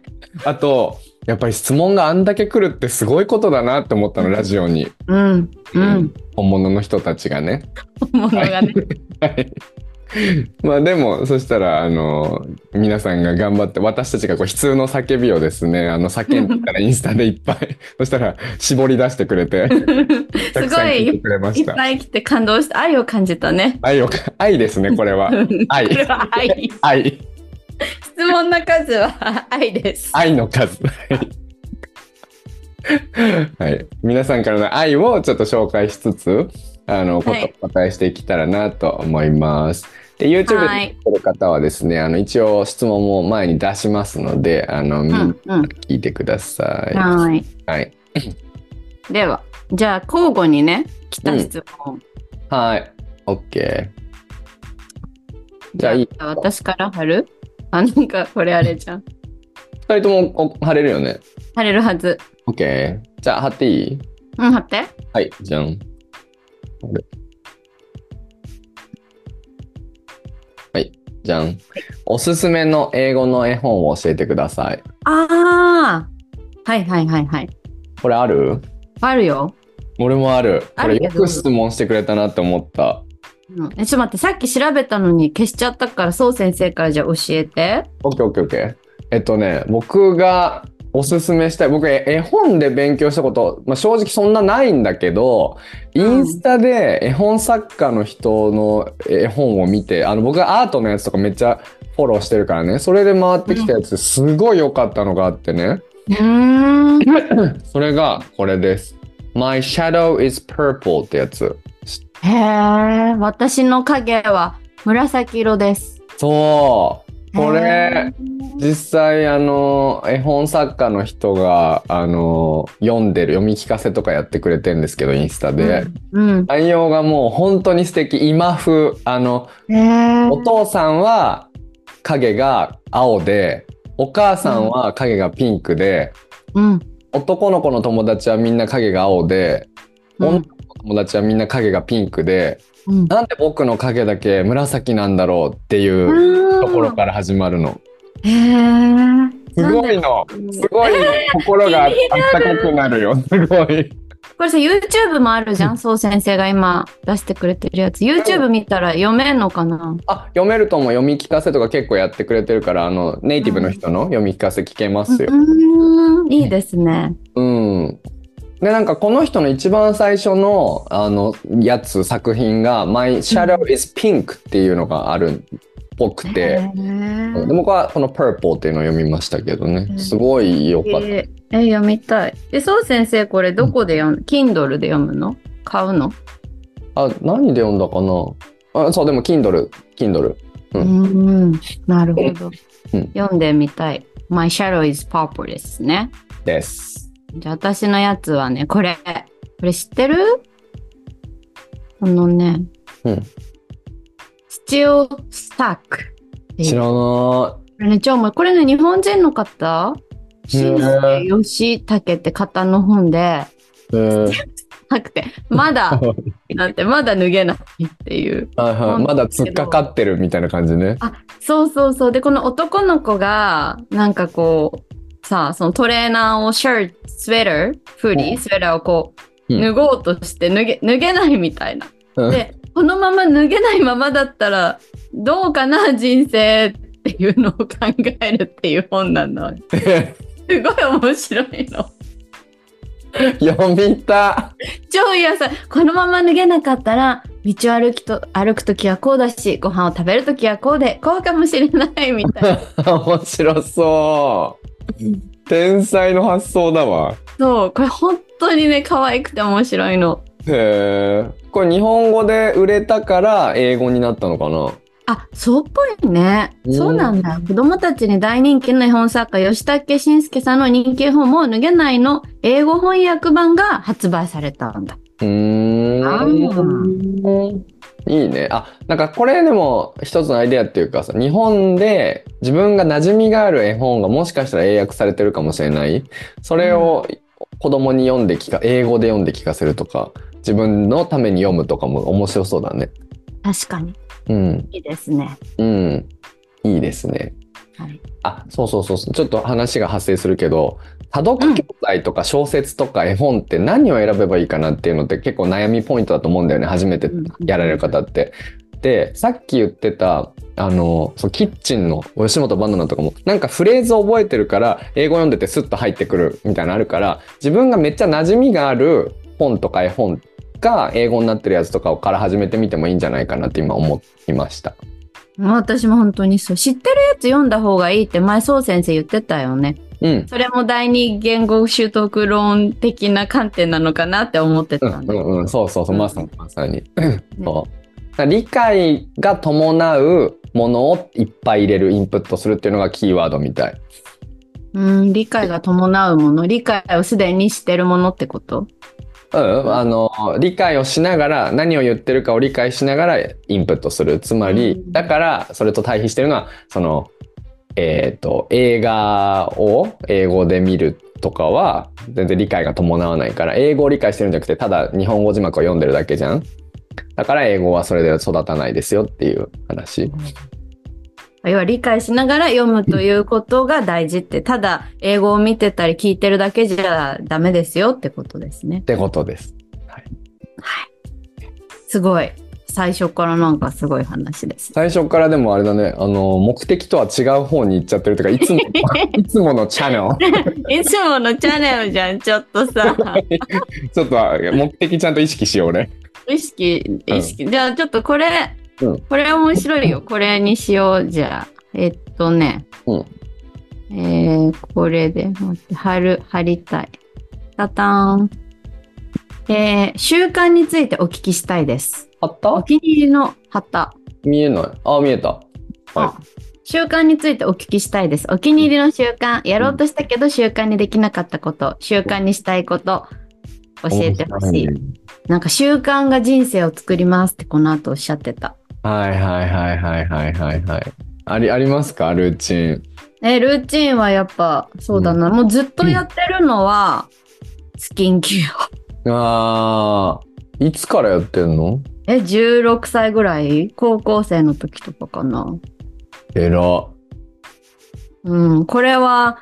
A: あと、やっぱり質問があんだけ来るってすごいことだなって思ったの、ラジオに。
B: うん、うん、
A: 本物の人たちがね。
B: ものがね。
A: はい。まあでも、そしたら、あの、皆さんが頑張って、私たちがこう、悲痛の叫びをですね、あの、叫んでたらインスタでいっぱい、 そしたら、絞り出してくれて、
B: す
A: たく
B: ご
A: さん聞いて
B: い
A: くれま
B: い
A: し。
B: ったぱい来て感動して愛を感じたね。
A: 愛を、愛ですね、これ は。愛
B: これは愛。
A: 愛。
B: 質問の数は 愛です。
A: 愛の数。はい、皆さんからの愛をちょっと紹介しつつ、あの、こと
B: はい
A: お答えしていけたらなと思います。で、YouTube
B: は
A: で
B: い
A: 見てる方はですね、あの、一応質問も前に出しますので、あの、
B: う
A: みん
B: ん、うん。
A: 聞いてください。
B: はい。
A: はい。
B: では、じゃあ交互にね、来た質問。
A: はい。OK。じゃあいい
B: あ私から貼るあ、なんかこれあれじゃん。
A: 二人ともお貼れるよね。
B: 貼れるはず。
A: OK。じゃあ貼っていい
B: うん、貼って。
A: はい、じゃん。あれはい、じゃん。おすすめの英語の絵本を教えてください。
B: ああ。はいはいはいはい。
A: これある
B: あるよ。
A: 俺もある。こ
B: ある
A: れ
B: け
A: よ
B: ど
A: く質問してくれたなって思った。
B: うん、えちょっと待って、さっき調べたのに消しちゃったから、そう先生からじゃあ教えて。
A: オッケーオッケーオッケー。えっとね、僕がおすすめしたい、僕え絵本で勉強したこと、まあ、正直そんなないんだけど、インスタで絵本作家の人の絵本を見て、あの僕がアートのやつとかめっちゃフォローしてるからね、それで回ってきたやつ、すごい良かったのがあってね、
B: うーん。
A: それがこれです。My shadow is purple ってやつ。
B: へえ、私の影は紫色です。
A: そう。これ、
B: へー
A: 実際あの絵本作家の人があの読んでる読み聞かせとかやってくれてるんですけどインスタで、
B: うん。
A: 内容がもう本当に素敵今風あの
B: へえ。
A: お父さんは影が青でお母さんは影がピンクで、
B: うん。
A: 男の子の友達はみんな影が青で女の子の友達はみんな影がピンクで、
B: うん。
A: なんで僕の影だけ紫なんだろうっていうところから始まるの。
B: へえ。
A: すごいの。すごい心があったかくなるよ。すごい。
B: これさ YouTube もあるじゃん、そう先生が今出してくれてるやつ YouTube 見たら読めんのかな
A: あ、読めるとも読み聞かせとか結構やってくれてるから、あの、ネイティブの人の読み聞かせ聞けますよ。
B: うーんいいですね
A: うん。で、なんかこの人の一番最初の、あの、やつ、作品が、My Shadow is Pink っていうのがあるっぽく
B: へ
A: て、で、
B: ー
A: 僕はこの Purple っていうのを読みましたけどね。すごい良かった。
B: えーえ読みたいえそう先生これどこで読む Kindle で読むの買うの
A: あ、何で読んだかなあ、そう、でも Kindle、Kindle。
B: う
A: う
B: ー
A: ん
B: んなるほど、
A: うん
B: 読んでみたい My shadow is purple ですね
A: です。
B: じゃあ私のやつはね、これ。これ知ってるこのね、
A: うん
B: スチオ・スタックっていう。
A: 知らない。
B: これね、超前、これね、日本人の方新
A: へ
B: 助義武って方の本で、
A: うん
B: なくて、まだ、なんて、まだ脱げないっていう。
A: はい
B: な
A: は
B: ん
A: い、
B: です
A: まだ突っかかってるみたいな感じね。
B: そうそうそう。で、この男の子が、なんかこう、さあ、そのトレーナーをシャツ、スウェーター、フーリ
A: う
B: ー、スウェーターをこう、
A: うん
B: 脱ごうとして脱げ、脱げないみたいな。
A: うん
B: で、このまま脱げないままだったら、どうかな、人生っていうのを考えるっていう本なの。すごい面白いの。
A: 読みた
B: 超癒やさ、このまま脱げなかったら、道を歩きと歩くときはこうだしご飯を食べるときはこうでこうかもしれないみ たいな
A: 面白そう天才の発想だわ
B: そうこれ本当にね可愛くて面白いの
A: へえこれ日本語で売れたから英語になったのかな
B: あそうっぽいね
A: うん
B: そうなんだ子供たちに大人気の絵本作家吉武慎介さんの人気絵本「もう脱げない」の英語翻訳版が発売されたんだ
A: うーんいいねあなんかこれでも一つのアイデアっていうかさ日本で自分が馴染みがある絵本がもしかしたら英訳されてるかもしれないそれを子供に読んで聞か英語で読んで聞かせるとか自分のために読むとかも面白そうだね
B: 確かに
A: うん
B: いいですね
A: うんいいですね
B: はい
A: あそうそうそうそうちょっと話が発生するけど多読教材とか小説とか絵本って何を選べばいいかなっていうのって結構悩みポイントだと思うんだよね初めてやられる方って。でさっき言ってたあのそうキッチンの吉本バナナとかもなんかフレーズを覚えてるから英語読んでてスッと入ってくるみたいなのあるから自分がめっちゃ馴染みがある本とか絵本が英語になってるやつとかをから始めてみてもいいんじゃないかなって今思いました。
B: もう私も本当にそう知ってるやつ読んだ方がいいって前そう先生言ってたよね
A: うん、
B: それも第二言語習得論的な観点なのかなって思って
A: う
B: たん
A: ん
B: だ
A: う
B: けど
A: んうん、そうそうそう、
B: うん
A: まさにまさに。そうだから理解が伴うものをいっぱい入れるインプットするっていうのがキーワードみたい。
B: うん、理解が伴うもの、理解をすでにしてるものってこと
A: うん、あの理解をしながら何を言ってるかを理解しながらインプットするつまり、
B: うん
A: だからそれと対比してるのはその、えー、と映画を英語で見るとかは全然理解が伴わないから英語を理解してるんじゃなくてただ日本語字幕を読んでるだけじゃんだから英語はそれで育たないですよっていう話。
B: 要は理解しながら読むということが大事って、ただ英語を見てたり聞いてるだけじゃダメですよってことですね
A: っ。てことです。
B: すごい。最初からなんかすごい話です。
A: 最初からでもあれだね、あの、目的とは違う方に行っちゃってるというか、い つも、いつものチャンネ
B: いつものチャンネルじゃん、ちょっとさ。
A: ル。ちょっと目的ちゃんと意識しようね。
B: 意識、意識。じゃあちょっとこれ、
A: うん
B: これ面白いよ。これにしよう。じゃあ、えっとね。
A: うん
B: えー、これで、待って、貼る、貼りたい。タターン。えー、習慣についてお聞きしたいです。
A: あっ
B: お
A: た
B: 気に入りの旗。
A: 見えない。あ、見えた。は
B: 習慣についてお聞きしたいです。お気に入りの習慣、やろうとしたけど習慣にできなかったこと、習慣にしたいこと、教えてほしい。なんか習慣が人生を作りますってこの後おっしゃってた。
A: はいはいはいはいはいはいはい。あり、ありますかルーチン。
B: え、ルーチンはやっぱ、そうだな、もうずっとやってるのは、スキンケア。
A: あー、いつからやってんの
B: え、16歳ぐらい高校生の時とかかな。
A: えら。
B: うん、これは、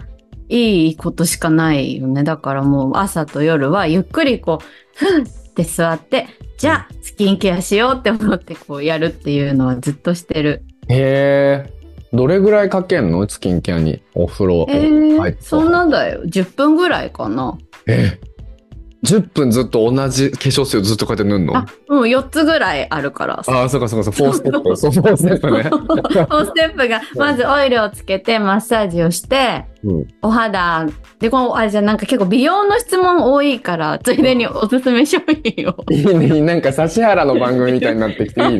B: いいことしかないよね。だからもう朝と夜はゆっくりこう、ふんって座って、じゃあスキンケアしようって思ってこうやるっていうのはずっとしてる。
A: へえ。どれぐらいかけんのスキンケアに。お風呂。
B: えー
A: はい
B: そんなんだよ。10分ぐらいかな。
A: え10分ずっと同じ化粧水をずっとこうやって塗んの
B: あ、うん、4つぐらいあるから。
A: ああ、そうかそうかそう、フォーステップ。そ、
B: そう
A: フォーステップね。
B: 4ステップが、まずオイルをつけて、マッサージをして、
A: うん
B: お肌、で、この、あれじゃ、なんか結構美容の質問多いから、ついでにおすすめ商品を。
A: いいね、なんか指原の番組みたいになってきていいね。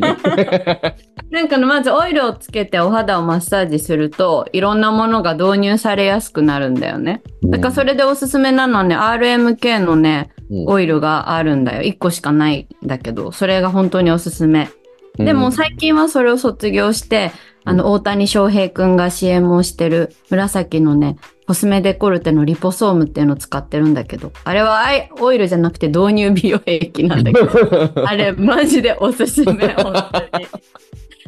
B: なんかの、まずオイルをつけてお肌をマッサージすると、いろんなものが導入されやすく なるんだよね。だからそれでおすすめなのはね、RMK のね、
A: うん、
B: オイルがあるんだよ。1個しかないんだけど、それが本当におすすめ。
A: うん
B: でも、最近はそれを卒業して、あ
A: う
B: の、大谷翔平くんが CM をしてる紫のね、コスメデコルテのリポソームっていうのを使ってるんだけど、あれはアイオイルじゃなくて導入美容液なん だけど、あれマジでおすすめ、本当に。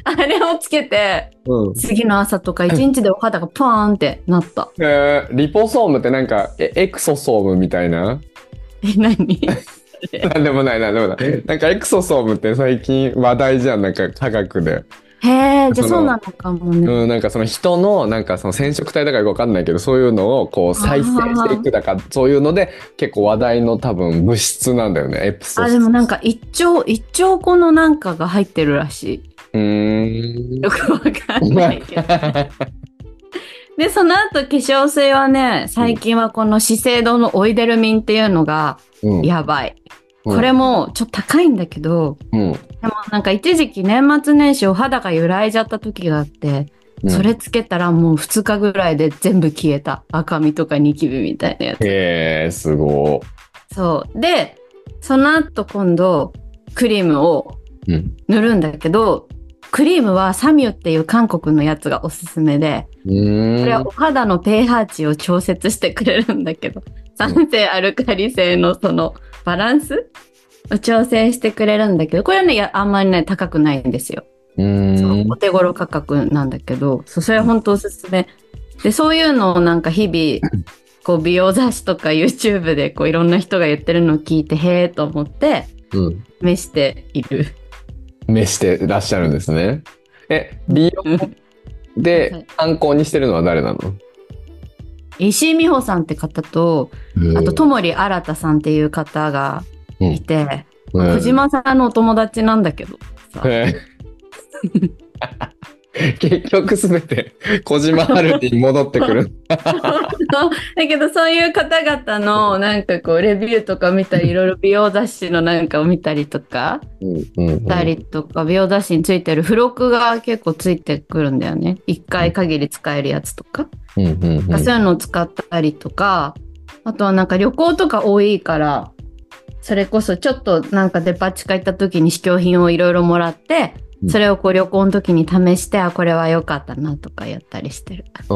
B: あれをつけて、
A: うん
B: 次の朝とか一日でお肌がパーンってなった。
A: えーリポソームってなんかえエクソソームみたいな
B: え、何
A: なんでもないなんでもないなんかエクソソームって最近話題じゃんなんか科学で
B: へえ、じゃあ
A: その
B: そうなのかもね。
A: うん、なんかその人のなんかその染色体だからかわかんないけどそういうのをこう再生していくだかそういうので結構話題の多分物質なんだよねエプソ
B: あ、
A: ス
B: でもなんか一兆、一兆個のなんかが入ってるらし
A: うーん
B: い。よくわかんないけど。 で、その後化粧水はね、最近はこの資生堂のオイデルミンっていうのが
A: うん
B: やばい。
A: うん
B: これもちょっと高いんだけど、
A: うん
B: でもなんか一時期年末年始お肌が揺らいじゃった時があって、
A: うん
B: それつけたらもう2日ぐらいで全部消えた。赤みとかニキビみたいなやつ。
A: へえすご
B: そう。で、その後今度、クリームを
A: い、うん
B: 塗るんだけど、クリームはサミュっていう韓国のやつがおすすめで、
A: うーん
B: これはお肌の pH 値を調節してくれるんだけど、酸性アルカリ性のそのバランスを調整してくれるんだけど、これはね、やあんまりね、高くないんですよ。
A: うーん
B: お手頃価格なんだけど、そうそれは本当おすすめ。で、そういうのをなんか日々、こう美容雑誌とか YouTube でこういろんな人が言ってるのを聞いて、へえと思って、
A: うん
B: 召している。
A: 召してらっしゃるんですねえ美容
B: はい
A: で参考にしてるのは誰なの
B: 石井美穂さんって方と、あと、ともり新太さんっていう方がいて、
A: うん
B: 小島さんのお友達なんだけど、さ
A: へえ 結局すべて小島春に戻ってく る。
B: だけどそういう方々のなんかこうレビューとか見たり、いろいろ美容雑誌のなんかを見たりとか、
A: うんうん
B: ったりとか美容雑誌についてる付録が結構ついてくるんだよね1回限り使えるやつとか、
A: うんうんうん
B: そういうのを使ったりとかあとはなんか旅行とか多いからそれこそちょっとなんかデパ地下行った時に試供品をいろいろもらって
A: うん
B: それをこう旅行の時に試して、あこれは良かったなとかやったりしてる
A: ああ、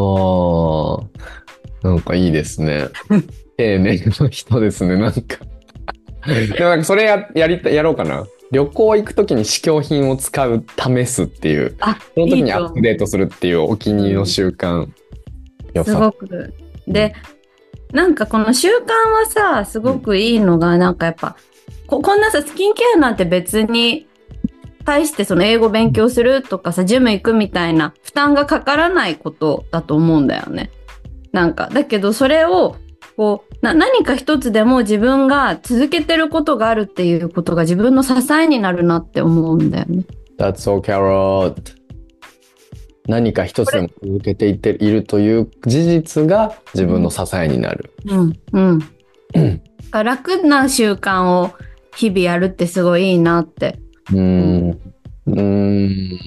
A: なんかいいです ね。丁寧な人ですね、なんか。でもなんかそれややりたやろうかな。旅行行くときに試供品を使う、試すっていう、
B: あ
A: その時
B: いい
A: に
B: と
A: ア
B: 思う
A: ップデートするっていうお気に入りの習慣。よ
B: す
A: さ
B: ごく。で、なんかこの習慣はさ、すごくいいのが、なんかやっぱ、ここんなさ、スキンケアなんて別に、対してその英語勉強するとかさ、ジム行くみたいな負担がかからないことだと思うんだよね。なんか、だけどそれを、こうな何か一つでも自分が続けてることがあるっていうことが自分の支えになるなって思うんだよね。
A: That's so carrot. 何か一つでも続けていっているという事実が自分の支えになる。
B: うんうん、だ
A: うん
B: から楽な習慣を日々やるってすごいいいなって
A: うーん。うーん。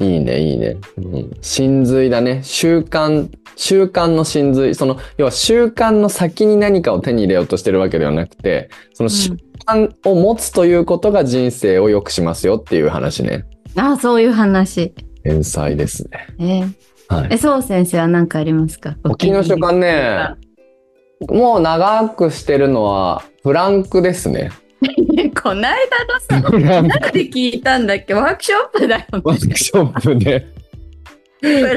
A: いいね、いいね。うん真髄だね。習慣、習慣の真髄。その、要は習慣の先に何かを手に入れようとしてるわけではなくて、その習慣を持つということが人生を良くしますよっていう話ね。
B: ああ、そういう話。
A: 天才ですね。
B: えー、
A: はい。
B: え、そう先生は何かありますか
A: お気に入りの習慣ね。もう長くしてるのは、プランクですね。
B: ね。こないだのさ、
A: プランク。
B: なんで聞いたんだっけワークショップだよね。
A: ワークショップで。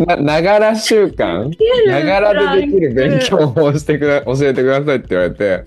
A: なながら習慣 ながらでできる勉強法をしてくだ教えてくださいって言われて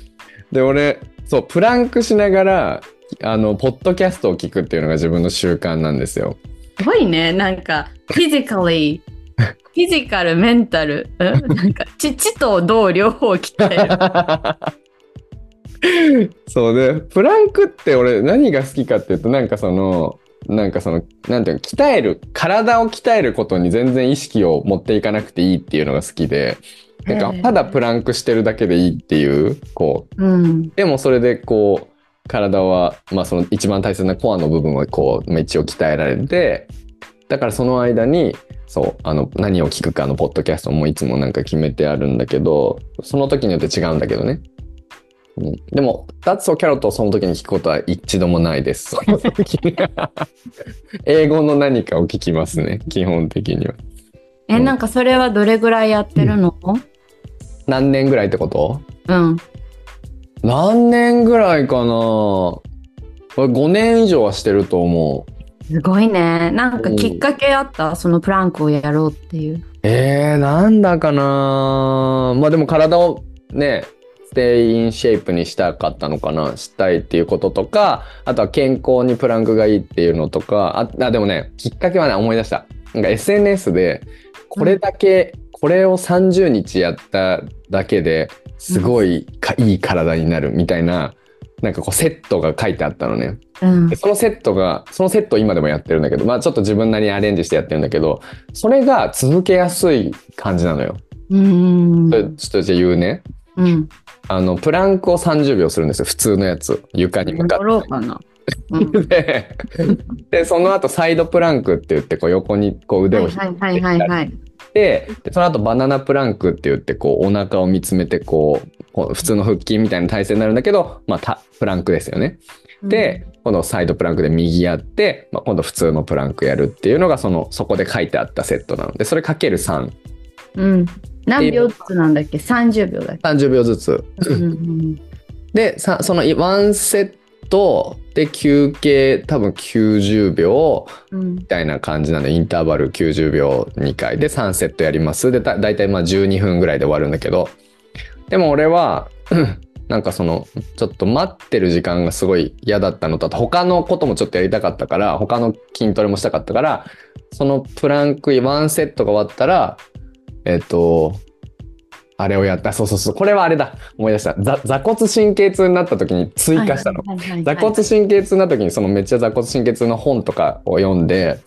A: で俺そうプランクしながらあのポッドキャストを聞くっていうのが自分の習慣なんですよ。
B: すごいね。なんか、フィジカリー。フィジカル、メンタル。うんなんか、父と同両方鍛える。
A: そうでプランクって俺何が好きかっていうとなんかそのなんかそのなんていうの鍛える体を鍛えることに全然意識を持っていかなくていいっていうのが好きでなん
B: へ
A: か
B: え
A: ただプランクしてるだけでいいっていうこう
B: うん。
A: でもそれでこう体は、まあ、その一番大切なコアの部分はこうまあ一応鍛えられてだからその間にそうあの何を聞くかのポッドキャストもいつもなんか決めてあるんだけどその時によって違うんだけどね、うん、でも「ダッツをキャロット」をその時に聞くことは一度もないです その時に英語の何かを聞きますね基本的には
B: え、
A: うん
B: なんかそれはどれぐらいやってるの
A: 何年ぐらいってこと
B: うん。
A: 何年ぐらいかな5年以上はしてると思う
B: すごいね。なんかきっかけあったそのプランクをやろうっていう。
A: えー、なんだかなまあでも体をね stay in shape にしたかったのかなしたいっていうこととか、あとは健康にプランクがいいっていうのとか、あ、あでもね、きっかけはね、思い出した。なんか SNS で、これだけ、これを30日やっただけですごいか、いい体になるみたいな、なんかこうセットが書いてあったのね。
B: うん
A: でそのセットが、そのセットを今でもやってるんだけど、まあちょっと自分なりにアレンジしてやってるんだけど、それが続けやすい感じなのよ。
B: うん
A: それちょっとじゃあ言うね。
B: うん
A: あの、プランクを30秒するんですよ。普通のやつ。床に向か
B: やろう
A: っ
B: かな、 うん
A: て。で、でその後サイドプランクって言って、こう横にこう腕を引いて、
B: はいはいはいはいはい
A: でその後バナナプランクって言って、こうお腹を見つめて、こう、こう普通の腹筋みたいな体勢になるんだけど、まあた、プランクですよね。で、今度サイドプランクで右やって、まあ、今度普通のプランクやるっていうのがそのそこで書いてあったセットなのでそれかける330
B: うん、何秒ずつなんだっけ30秒だっ
A: 秒ずつ
B: け、うんうん
A: でさその1セットで休憩多分90秒
B: うん
A: みたいな感じなのでインターバル90秒2回で3セットやりますでだ大体まあ12分ぐらいで終わるんだけどでも俺は なんかそのちょっと待ってる時間がすごい嫌だったのとあと他のこともちょっとやりたかったから他の筋トレもしたかったからそのプランク1セットが終わったらえっとあれをやったそうそうそうこれはあれだ思い出したざ座骨神経痛になった時に追加したの
B: はいはいはいはい
A: 座骨神経痛な時にそのめっちゃ座骨神経痛の本とかを読んで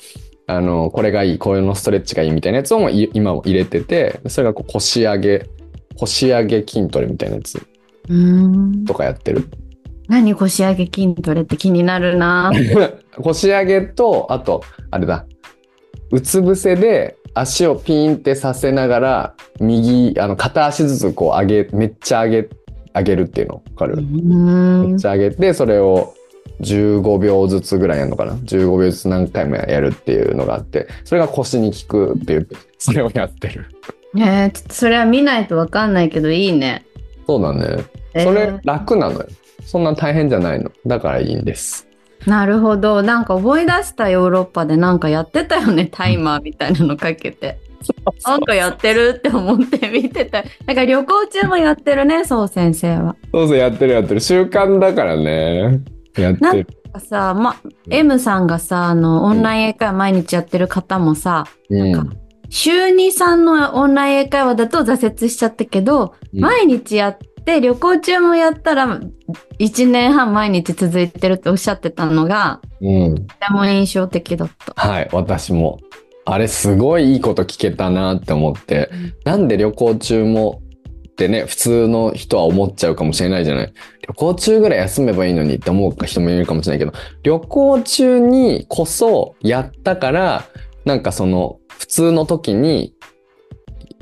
A: あのこれがいいこういうのストレッチがいいみたいなやつをもうい今も入れててそれがこう腰上げ腰上げ筋トレみたいなやつ
B: うーん
A: とかやってる
B: 何腰上げ筋トレって気にな るな
A: 腰上げとあとあれだうつ伏せで足をピーンってさせながら右あの片足ずつこう上げめっちゃ上げ上げるっていうの分かる、
B: うー
A: めっ
B: ん
A: ちゃ上げてそれを15秒ずつぐらいやるのかな15秒ずつ何回もやるっていうのがあってそれが腰に効くっていう それをやってる
B: ねえちょっとそれは見ないとわかんないけどいいね
A: そうだね
B: えー
A: それ楽なのよそんな大変じゃないのだからいいんです
B: なるほどなんか思い出したヨーロッパでなんかやってたよねタイマーみたいなのかけてなんかやってるって思って見てたなんか旅行中もやってるねそう先生は
A: そうそうやってるやってる習慣だからねやってる
B: さ、ま、M さんがさあのオンライン英会話毎日やってる方もさ、
A: うん
B: なんか週2、3のオンライン英会話だと挫折しちゃったけど、
A: うん
B: 毎日やって、旅行中もやったら、1年半毎日続いてるっておっしゃってたのが、
A: うん
B: とても印象的だった。
A: はい私もあれすごいいいこと聞けたなって思ってなんで旅行中もってね、普通の人は思っちゃうかもしれないじゃない。旅行中ぐらい休めばいいのにって思う人もいるかもしれないけど、旅行中にこそやったから、なんかその、普通の時に、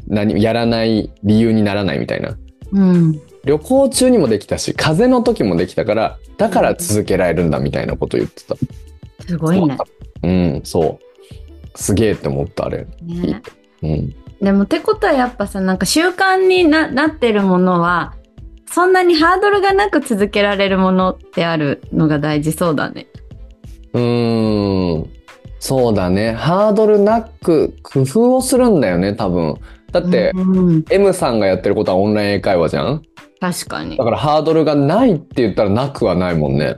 A: 何、やらない理由にならないみたいな。
B: うん。
A: 旅行中にもできたし、風邪の時もできたから、だから続けられるんだみたいなこと言ってた。
B: すごいね。
A: うん、そう。すげえって思った、あれ。
B: ね
A: うん。
B: でも、ってことはやっぱさ、なんか習慣にななってるものは、そんなにハードルがなく続けられるものってあるのが大事そうだね。
A: うーん。そうだね。ハードルなく工夫をするんだよね、多分。だって、
B: うん、
A: M さんがやってることはオンライン英会話じゃん
B: 確かに
A: だ。からハードルがないって言ったらなくはないもんね。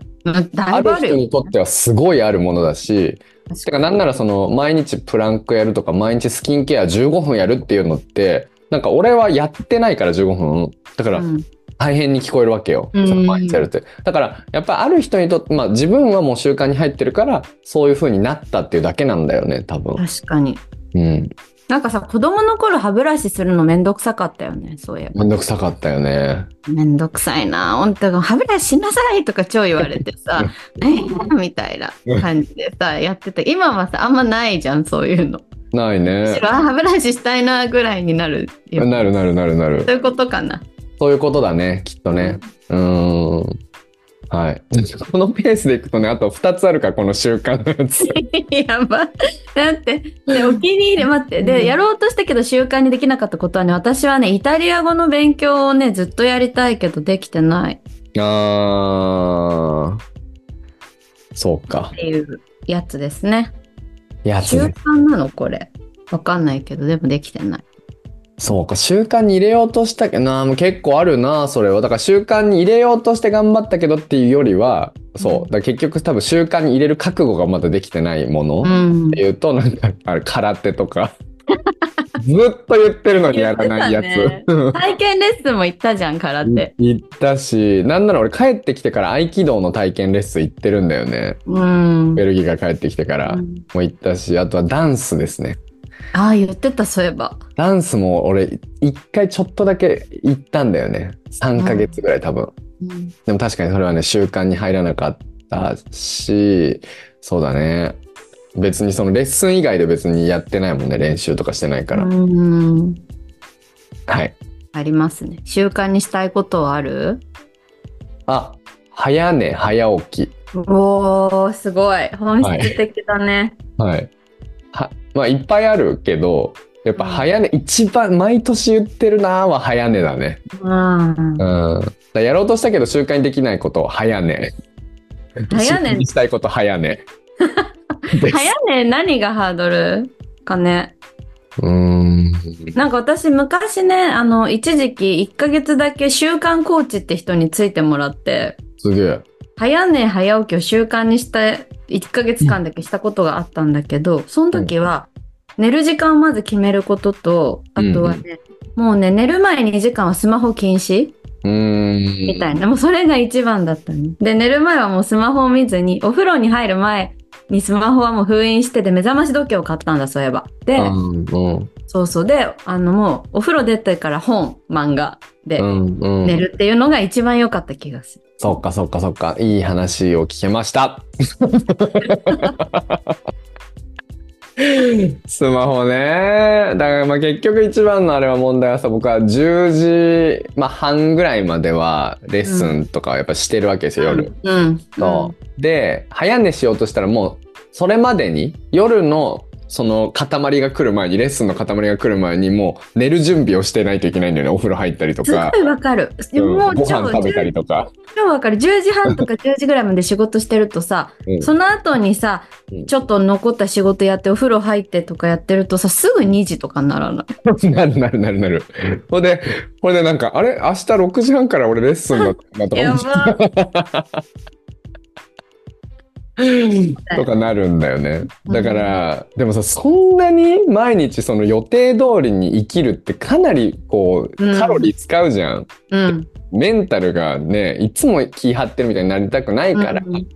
B: だ
A: あ
B: いぶ
A: る
B: あ
A: 人
B: るよ
A: にとってはすごいあるものだし、
B: 確
A: てかなんならその毎日プランクやるとか毎日スキンケア15分やるっていうのって、なんか俺はやってないから15分。だから
B: うん
A: 大変に聞こえるわけよ。
B: うん
A: その毎日やるって。だから、やっぱある人にとって、まあ自分はもう習慣に入ってるから、そういう風になったっていうだけなんだよね、多分。
B: 確かに。
A: うん。
B: なんかさ、子供の頃歯ブラシするのめんどくさかったよね、そういえば。
A: めんどくさかったよね。
B: めんどくさいな。本当歯ブラシしなさいとか超言われてさ、 えーみたいな感じでさ、やってた。今はさ、あんまないじゃん、そういうの。
A: ない
B: む
A: ね
B: し。ろあ歯ブラシしたいなぐらいになるよ。
A: なるなるなるな
B: そ
A: る。
B: ういうことかな。
A: そういうことだね、きっとね。うーん。はい。 このペースでいくとね、あと2つあるから、この習慣のやつ。
B: やば。だって、でお気に入り、待って。で、やろうとしたけど習慣にできなかったことはね、私はね、イタリア語の勉強をね、ずっとやりたいけどできてない
A: あー。そうか
B: っ。ていうやつですね。
A: やつ
B: 習
A: ね。
B: 慣なのこれ。わかんないけど、でもできてない。
A: そうか、習慣に入れようとしたけどな、もう結構あるな、それは。だから習慣に入れようとして頑張ったけどっていうよりは、そう、だから結局多分習慣に入れる覚悟がまだできてないもの
B: うん
A: っていうと、なんか、あれ、空手と か。ずっと言ってるのにやらないや
B: 言って
A: つ。
B: 体験レッスンも行ったじゃん、空手。
A: 行ったし、なんなら俺帰ってきてから合気道の体験レッスン行ってるんだよね。
B: うん。
A: ベルギーが帰ってきてから
B: う
A: も
B: ん
A: 行ったし、あとはダンスですね。
B: ああ、言ってた、そういえば。
A: ダンスも俺一回ちょっとだけ行ったんだよね。3ヶ月ぐらい多分。
B: うん
A: でも確かにそれはね、習慣に入らなかったし、そうだね。別にそのレッスン以外で別にやってないもんね、練習とかしてないから。
B: うん。
A: はい。
B: ありますね。習慣にしたいことはある
A: あ、早寝、早起き。
B: おー、すごい。本質的だね。
A: はい。は、まあいっぱいあるけど、やっぱ早寝、一番、毎年言ってるなぁは早寝だね。
B: うん
A: う。ん。だからやろうとしたけど習慣にできないこと、早寝。
B: 早寝
A: 習慣にしたいこと、早寝。
B: 早寝、何がハードルかね。
A: うーん。
B: なんか私昔ね、あの、一時期1ヶ月だけ習慣コーチって人についてもらって、
A: すげえ。
B: 早寝早起きを習慣にした1ヶ月間だけしたことがあったんだけど、その時は、寝る時間をまず決めることと、あとはね、もうね、寝る前2時間はスマホ禁止
A: うーん。
B: みたいな、もうそれが一番だったの。で、寝る前はもうスマホを見ずに、お風呂に入る前にスマホはもう封印してて、目覚まし時計を買ったんだ、そういえば。で、
A: うんうん
B: そうそう。で、あのもう、お風呂出てから本、漫画で
A: うんうん
B: 寝るっていうのが一番良かった気がする。
A: そっかそっかそっかいい話を聞けました スマホねだからまあ結局一番のあれは問題はさ僕は10時、まあ、半ぐらいまではレッスンとかはやっぱしてるわけですよ、夜。
B: うん。
A: と、で早寝しようとしたらもうそれまでに夜のその塊が来る前にレッスンの塊が来る前にもう寝る準備をしてないといけないんだよねお風呂入ったりと
B: す
A: か
B: ごいわかる。
A: うん
B: もう
A: ご
B: 超
A: 飯食べたりとか。
B: 超わかる。10時半とか10時ぐらいまで仕事してるとさ、
A: うん
B: その後にさ
A: うん、
B: ちょっと残った仕事やってお風呂入ってとかやってるとさ、すぐ2時とかにならな い。
A: なるなるなるなる。ほんで、ほんでなんか、あれ明日6時半から俺レッスンだった なと
B: や
A: か、
B: ば。
A: とかなるんだよね。だから、でもさ、そんなに毎日その予定通りに生きるってかなりこう、
B: うん
A: カロリー使うじゃん。
B: うん。
A: メンタルがね、いつも気張ってるみたいになりたくないから。
B: うん。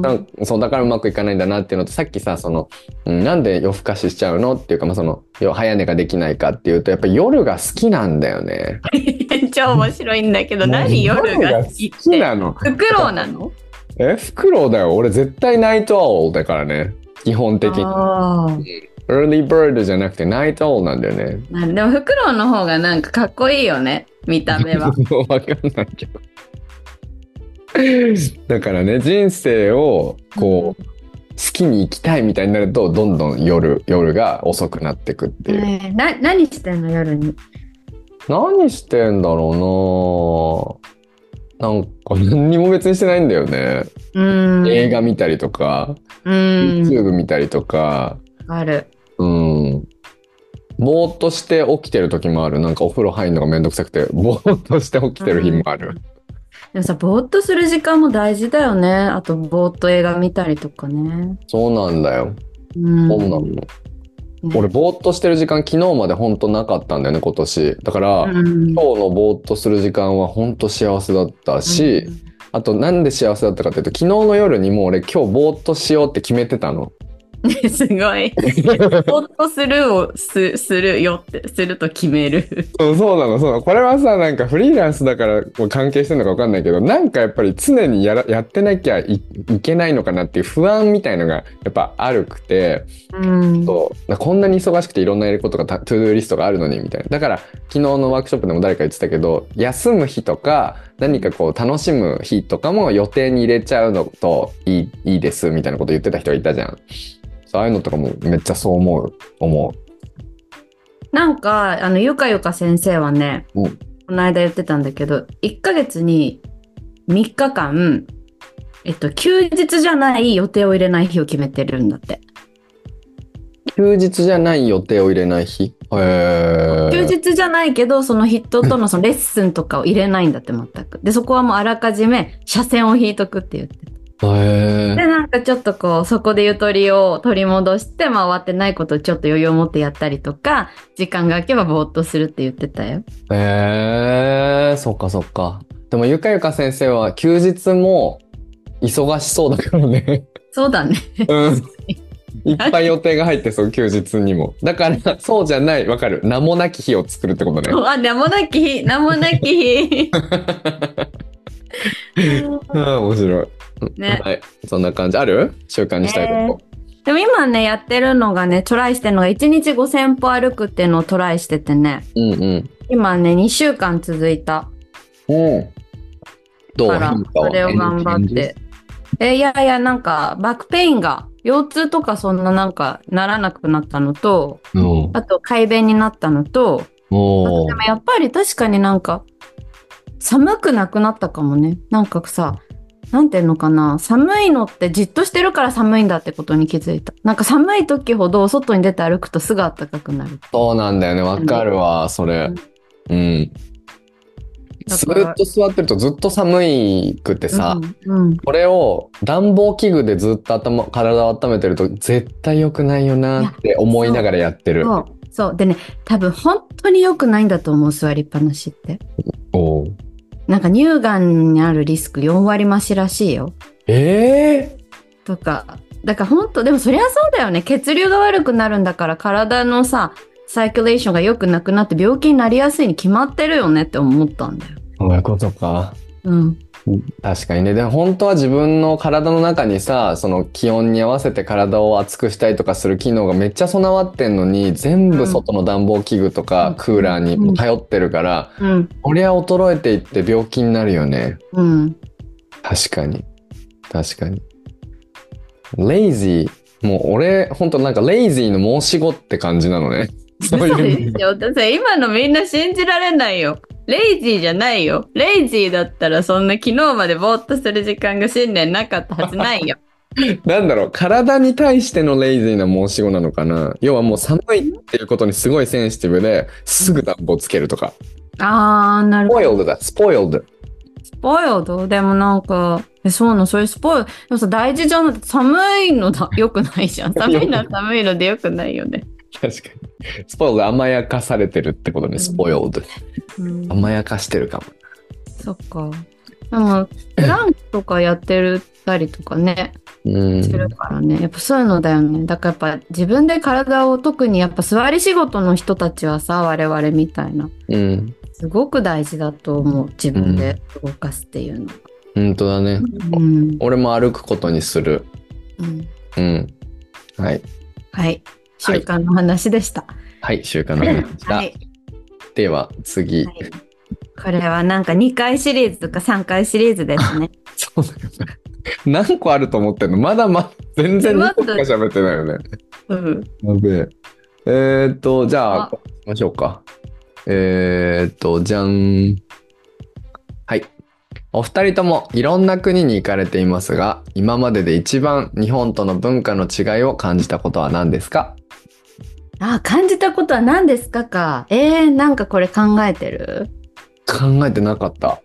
A: なんそうだからうまくいかないんだなっていうのとさっきさその、うんなんで夜更かししちゃうのっていうか、まあ、そのよ早寝ができないかっていうとやっぱ夜が好きなんだよね。
B: 超面白いんだけど、何夜が好きっ
A: 夜
B: て。
A: が好きなの
B: フクロウなの
A: えフクロウだよ俺絶対ナイトアオルだからね基本的に
B: あー
A: エーリーバードじゃなくてナイトアオルなんだよね
B: なるでもフクロウの方がなんかかっこいいよね見た目は
A: もう分かんないけどだからね人生をこう、好きに生きたいみたいになるとどんどん夜夜が遅くなってくって いう、
B: ねえな何してんの夜に
A: 何してんだろうななんか何にも別にしてないんだよね、
B: うん
A: 映画見たりとか、
B: うん
A: YouTube 見たりとか
B: ある
A: うん。ぼーっとして起きてる時もある。なんかお風呂入るのがめんどくさくて、ぼーっとして起きてる日もある。
B: でもさぼーっとする時間も大事だよねあとぼーっと映画見たりとかね
A: そうなんだよ。
B: うん
A: そうなの。俺、ぼーっとしてる時間、昨日までほんとなかったんだよね、今年。だから、
B: うん
A: 今日のぼーっとする時間はほんと幸せだったし、あとなんで幸せだったかっていうと、昨日の夜にもう俺今日ぼーっとしようって決めてたの。
B: うん す ごいぼーっとするをすするよってすると決める
A: そうそうなの、そうなの。これはさ、なんかフリーランスだからこう関係してるのかわかんないけど、なんかやっぱり常にやらやってなきゃいいけないのかなっていう不安みたいのがやっぱあるくて、
B: うん
A: そうこんなに忙しくていろんなやることがたトゥードゥーリストがあるのにみたいな。だから昨日のワークショップでも誰か言ってたけど、休む日とか何かこう楽しむ日とかも予定に入れちゃうのといいいいですみたいなこと言ってた人がいたじゃん。そうああいうのとかもめっちゃそう思う、思
B: なんか、あの、ゆかゆか先生はね、
A: う
B: こ
A: ん
B: の間言ってたんだけど、1ヶ月に3日間、えっと、休日じゃない予定を入れない日を決めてるんだって。
A: う。休日じゃない予定を入れない日へー
B: 休日じゃないけど、その人とのそのレッスンとかを入れないんだって全く。で、そこはもうあらかじめ車線を引いとくって言って。
A: へ
B: で、なんかちょっとこう、そこでゆとりを取り戻して、まあ終わってないことをちょっと余裕を持ってやったりとか、時間が空けばぼーっとするって言ってたよ。
A: えへえそっかそっかでもゆかゆか先生は休日も忙しそうだから ね
B: そうだね。
A: うんいっぱい予定が入ってそう休日にもだからそうじゃないわかる名もなき日を作るってことね
B: あ、名もなき日、名もなき日。
A: ああ面白い、
B: ね
A: はいそんな感じある習慣にしたいこ
B: でも今ね、やってるのがね、トライしてるのが、1日5000歩歩くっていうのをトライしててね、
A: と、うんうん
B: 今ね、2週間続いた
A: うんどう
B: から
A: 変、化
B: そ
A: は
B: れを頑張って。え、いやいや、なんか、バックペインが、腰痛とかそんななんか、ならなくなったのと、
A: うん
B: あと、快便になったのと、あ
A: お
B: とで
A: ー
B: もやっぱり確かになんか、寒くなくなったかもね。なんかさ、なんていうのかな。寒いのってじっとしてるから寒いんだってことに気づいた。なんか寒い時ほど外に出て歩くとすぐ暖かくなる。
A: そうなんだよねわかるわそれうん
B: だ
A: ず
B: から
A: っと座ってるとずっと寒いくてさ、
B: うん、うん
A: これを暖房器具でずっと頭体を温めてると絶対良くないよなって思いながらやってる
B: そう。そう。でね、多分本当に良くないんだと思う、座りっぱなしって。
A: おー
B: なんか乳がんにあるリスク4割増しらしいよ。
A: え
B: とか。だから本当、でもそりゃそうだよね。血流が悪くなるんだから体のさ、サイクレーションが良くなくなって病気になりやすいに決まってるよねって思ったんだよ。
A: ー、そういうことか
B: うん。
A: 確かにねでも本当は自分の体の中にさその気温に合わせて体を熱くしたりとかする機能がめっちゃ備わってんのに全部外の暖房器具と
B: う
A: か
B: ん
A: クーラーにも頼ってるから、
B: うん。
A: こりゃ衰えていって病気になるよね
B: うん。
A: 確かに確かにレイジーもう俺本当なんかレイジーの申し子って感じなのねそう
B: 嘘で
A: い
B: し
A: う
B: ょだって今のみんな信じられないよ。レイジーじゃないよ。レイジーだったらそんな昨日までぼーっとする時間が新年なかったはずないよ。
A: なんだろう体に対してのレイジーな申し子なのかな要はもう寒いっていうことにすごいセンシティブですぐ暖房つけるとか
B: あー、なる
A: スポイルドだ、スポイルド。
B: スポイルドでもなんか、えそうなの、そういうスポイル、でもさ、大事じゃなくて、寒いのだ、 よくないじゃん。寒いのは寒いのでよくないよね。
A: 確かに。スポイルド甘やかされてるってことね、スポイルド。
B: うん、
A: 甘やかしてるかも。
B: そっか。で も、プランクとかやってるたりとかね、
A: うん
B: するからね。やっぱそういうのだよね。だからやっぱ自分で体を、特にやっぱ座り仕事の人たちはさ、我々みたいな、
A: うん。
B: すごく大事だと思う。自分で動かすっていうの。
A: 本当だね。
B: うん。
A: 俺も歩くことにする。
B: うん、
A: うん。はい。
B: はい。習慣の話でした。
A: はい、習慣の話でした。
B: はい
A: では、次。
B: はいこれはなんか2回シリーズとか3回シリーズですね。
A: そう だよね。何個あると思ってんのまだまだ、全然
B: まだ
A: 2個しか喋ってないよね。
B: うん、
A: やべえ。えー、っと、じゃあ、
B: あ
A: 行きましょうか。えー、っと、じゃん。はい。お二人ともいろんな国に行かれていますが、今までで一番日本との文化の違いを感じたことは何ですか
B: あ感じたことは何ですかか。えー、なんかこれ考えてる
A: 考えてなかった。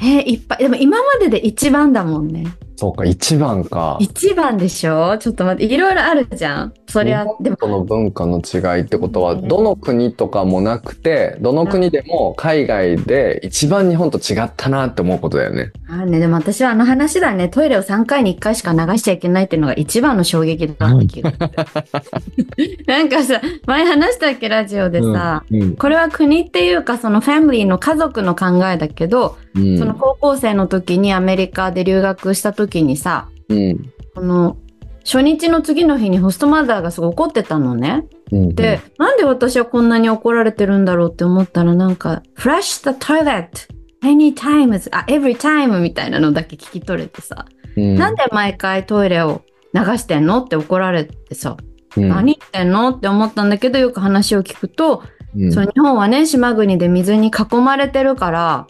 B: えー、いっぱい。でも今までで一番だもんね。
A: そうか、一番か。
B: 一番でしょちょっと待って。いろいろあるじゃん。そりゃ、
A: 日
B: で
A: 本、
B: も
A: との文化の違いってことは、
B: うん
A: どの国とかもなくて、どの国でも海外で一番日本と違ったなって思うことだよね。
B: あーね、でも私はあの話だね。トイレを3回に1回しか流しちゃいけないっていうのが一番の衝撃だった気がするなんかさ、前話したっけラジオでさ、
A: うん、うん
B: これは国っていうかそのファミリーの家族の考えだけど、
A: うん
B: その高校生の時にアメリカで留学した時にさ、
A: うん
B: この初日の次の日にホストマザーがすごい怒ってたのね。
A: うん
B: で、なんで私はこんなに怒られてるんだろうって思ったらなんか、flush the toilet many times, あ、every time みたいなのだけ聞き取れてさ、
A: うん
B: なんで毎回トイレを流してんのって怒られてさ、
A: うん
B: 何言ってんのって思ったんだけどよく話を聞くと、
A: うん
B: そう日本はね、島国で水に囲まれてるから、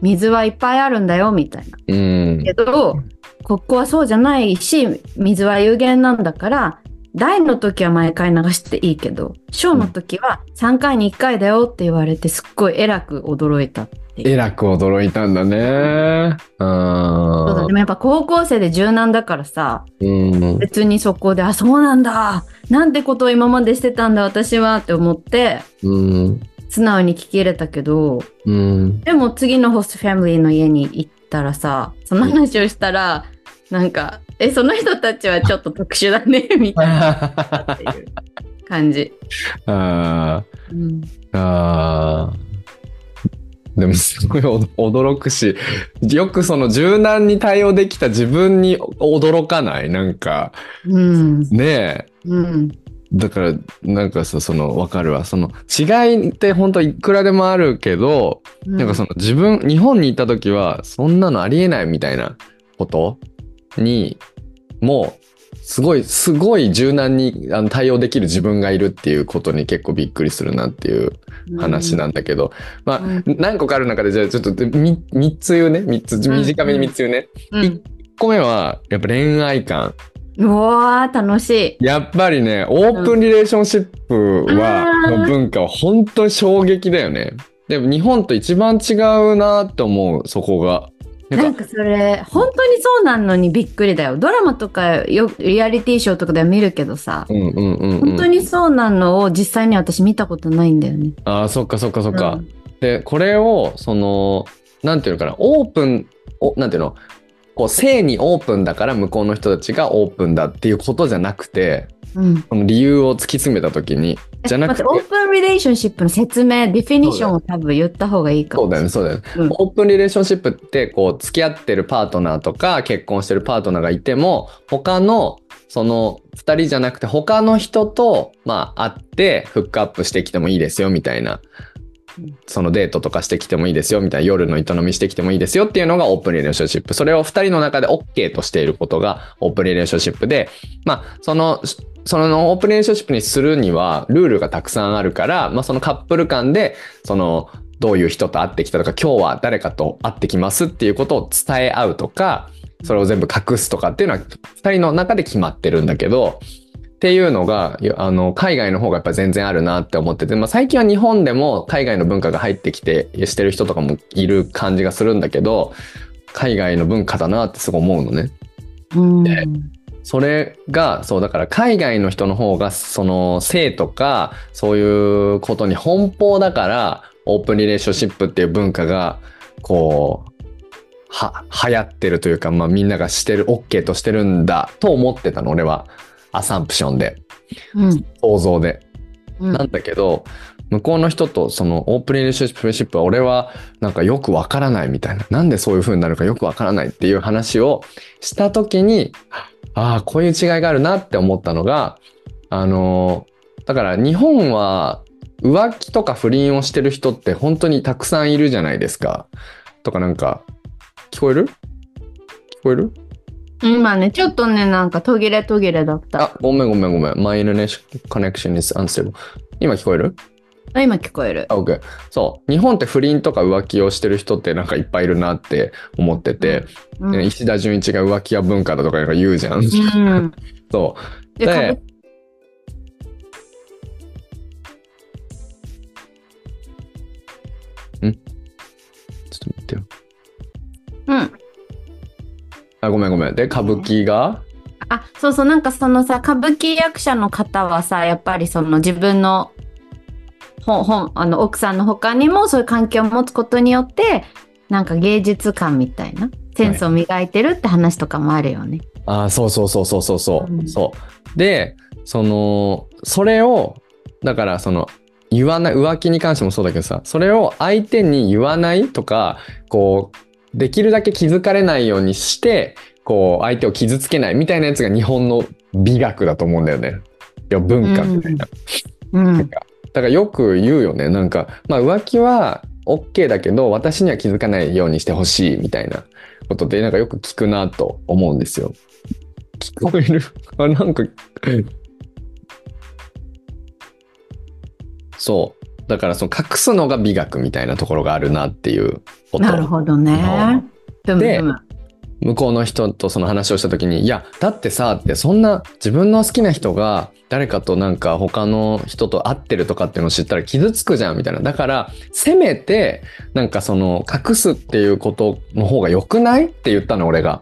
B: 水はいっぱいあるんだよみたいな。
A: うん
B: けど、ここはそうじゃないし、水は有限なんだから、大の時は毎回流していいけど、小の時は3回に1回だよって言われて、すっごい偉く驚いた。
A: えらく驚いたんだね。
B: そうだ
A: う
B: ねでもやっぱ高校生で柔軟だからさ、
A: ん。うん。
B: 別にそこで、あ、そうなんだなんてことを今までしてたんだ私はって思って、
A: うん。
B: 素直に聞き入れたけど、
A: うん。
B: でも次のホストファミリーの家に行ったらさ、その話をしたら、なんか、え、その人たちはちょっと特殊だね、みたいな
A: あ
B: っていう感じ。
A: あ
B: うん
A: ー。ああ。でもすごいお驚くし、よくその柔軟に対応できた自分に驚かないなんか、
B: うん。
A: ねえ。
B: うん。
A: だから、なんかさ、その、わかるわ。その、違いって本当いくらでもあるけど、なんかその自分、日本に行った時は、そんなのありえないみたいなことに、もう、すごい、すごい柔軟にあの対応できる自分がいるっていうことに結構びっくりするなっていう話なんだけど、まあ、
B: うん
A: 何個かある中で、じゃあちょっと3、三つ言うね。三つ、短めに3つ言うね。
B: うん。
A: 1個目は、やっぱ恋愛観。
B: うわー、楽しい。
A: やっぱりね、オープンリレーションシップは、
B: うん
A: の文化は本当に衝撃だよね。でも日本と一番違うなって思う、そこが。
B: な
A: なんんか、
B: かそれ、本当にそうなのにびっくりだよ。ドラマとかよ、リアリティショーとかでは見るけどさ、
A: うんうんうん、うん。
B: 本当にそうなのを実際に私見たことないんだよね。
A: ああ、そっかそっかそっか。
B: うん
A: で、これを、その、なんていうのかな、オープン、おなんていうの、こう、性にオープンだから向こうの人たちがオープンだっていうことじゃなくて、
B: うん。
A: この理由を突き詰めたときに、じゃなくて
B: え、待ってオープンリレーションシップの説明、ディフィニッションを多分言った方がいいか
A: そ
B: も
A: うだよね、そうだよね。
B: うん
A: オープンリレーションシップって、こう、付き合ってるパートナーとか、結婚してるパートナーがいても、他の、その、二人じゃなくて、他の人と、まあ、会って、フックアップしてきてもいいですよ、みたいな
B: うん。
A: そのデートとかしてきてもいいですよ、みたいな。夜の営みしてきてもいいですよっていうのがオープンリレーションシップ。それを二人の中で OK としていることがオープンリレーションシップで、まあ、その、そのオープンリレーションシップにするにはルールがたくさんあるから、まあ、そのカップル間でそのどういう人と会ってきたとか今日は誰かと会ってきますっていうことを伝え合うとかそれを全部隠すとかっていうのは2人の中で決まってるんだけどっていうのがいやあの海外の方がやっぱ全然あるなって思ってて、まあ、最近は日本でも海外の文化が入ってきてしてる人とかもいる感じがするんだけど海外の文化だなってすごい思うのね。
B: うん。
A: それが、そう、だから海外の人の方が、その性とか、そういうことに奔放だから、オープンリレーションシップっていう文化が、こう、は、流行ってるというか、まあみんながしてる、OK としてるんだと思ってたの、俺は。アサンプションで、
B: うん。
A: 想像で。
B: うん
A: なんだけど、向こうの人とそのオープンリレーションシップは俺はなんかよくわからないみたいな。なんでそういう風になるかよくわからないっていう話をした時に、ああ、こういう違いがあるなって思ったのが、あのー、だから日本は浮気とか不倫をしてる人って本当にたくさんいるじゃないですか。とかなんか、聞こえる聞こえる
B: 今ね、ちょっとね、なんか途切れ途切れだった。
A: あ、ごめんごめんごめん。My internet connection is unstable. 今聞こえる
B: あ今聞こえる。
A: あ OK そう日本って不倫とか浮気をしてる人ってなんかいっぱいいるなって思ってて、
B: うん。
A: ね石田純一が浮気や文化だとかなんか言うじゃん、
B: うん
A: そ
B: で
A: ね
B: かぶ
A: うちょっと待ってよ
B: うん。
A: あごめんごめんで歌舞伎が、
B: あ、そうそう、なんかそのさ、歌舞伎役者の方はさ、やっぱりその自分の、ほん、ほん、あの、奥さんの他にもそういう関係を持つことによって、なんか芸術感みたいな、センスを磨いてるって話とかもあるよね。
A: あーそうそうそうそうそうそう、
B: うん
A: そうでそのそれをだからその言わない浮気に関してもそうだけどさそれを相手に言わないとかこうできるだけ気づかれないようにしてこう相手を傷つけないみたいなやつが日本の美学だと思うんだよね。いや文化みたいな。
B: うん。
A: なんかだからよく言うよねなんか、まあ、浮気は OK だけど私には気づかないようにしてほしいみたいなことでなんかよく聞くなと思うんですよ。聞こえる あなんかそうだからその隠すのが美学みたいなところがあるなっていうこと
B: なるほどね。ふむ
A: で
B: ふむ。
A: 向こうの人とその話をした時に「いやだってさ」ってそんな自分の好きな人が誰かとなんか他の人と会ってるとかっていうのを知ったら傷つくじゃんみたいなだからせめてなんかその隠すっていうことの方が良くないって言ったの俺が。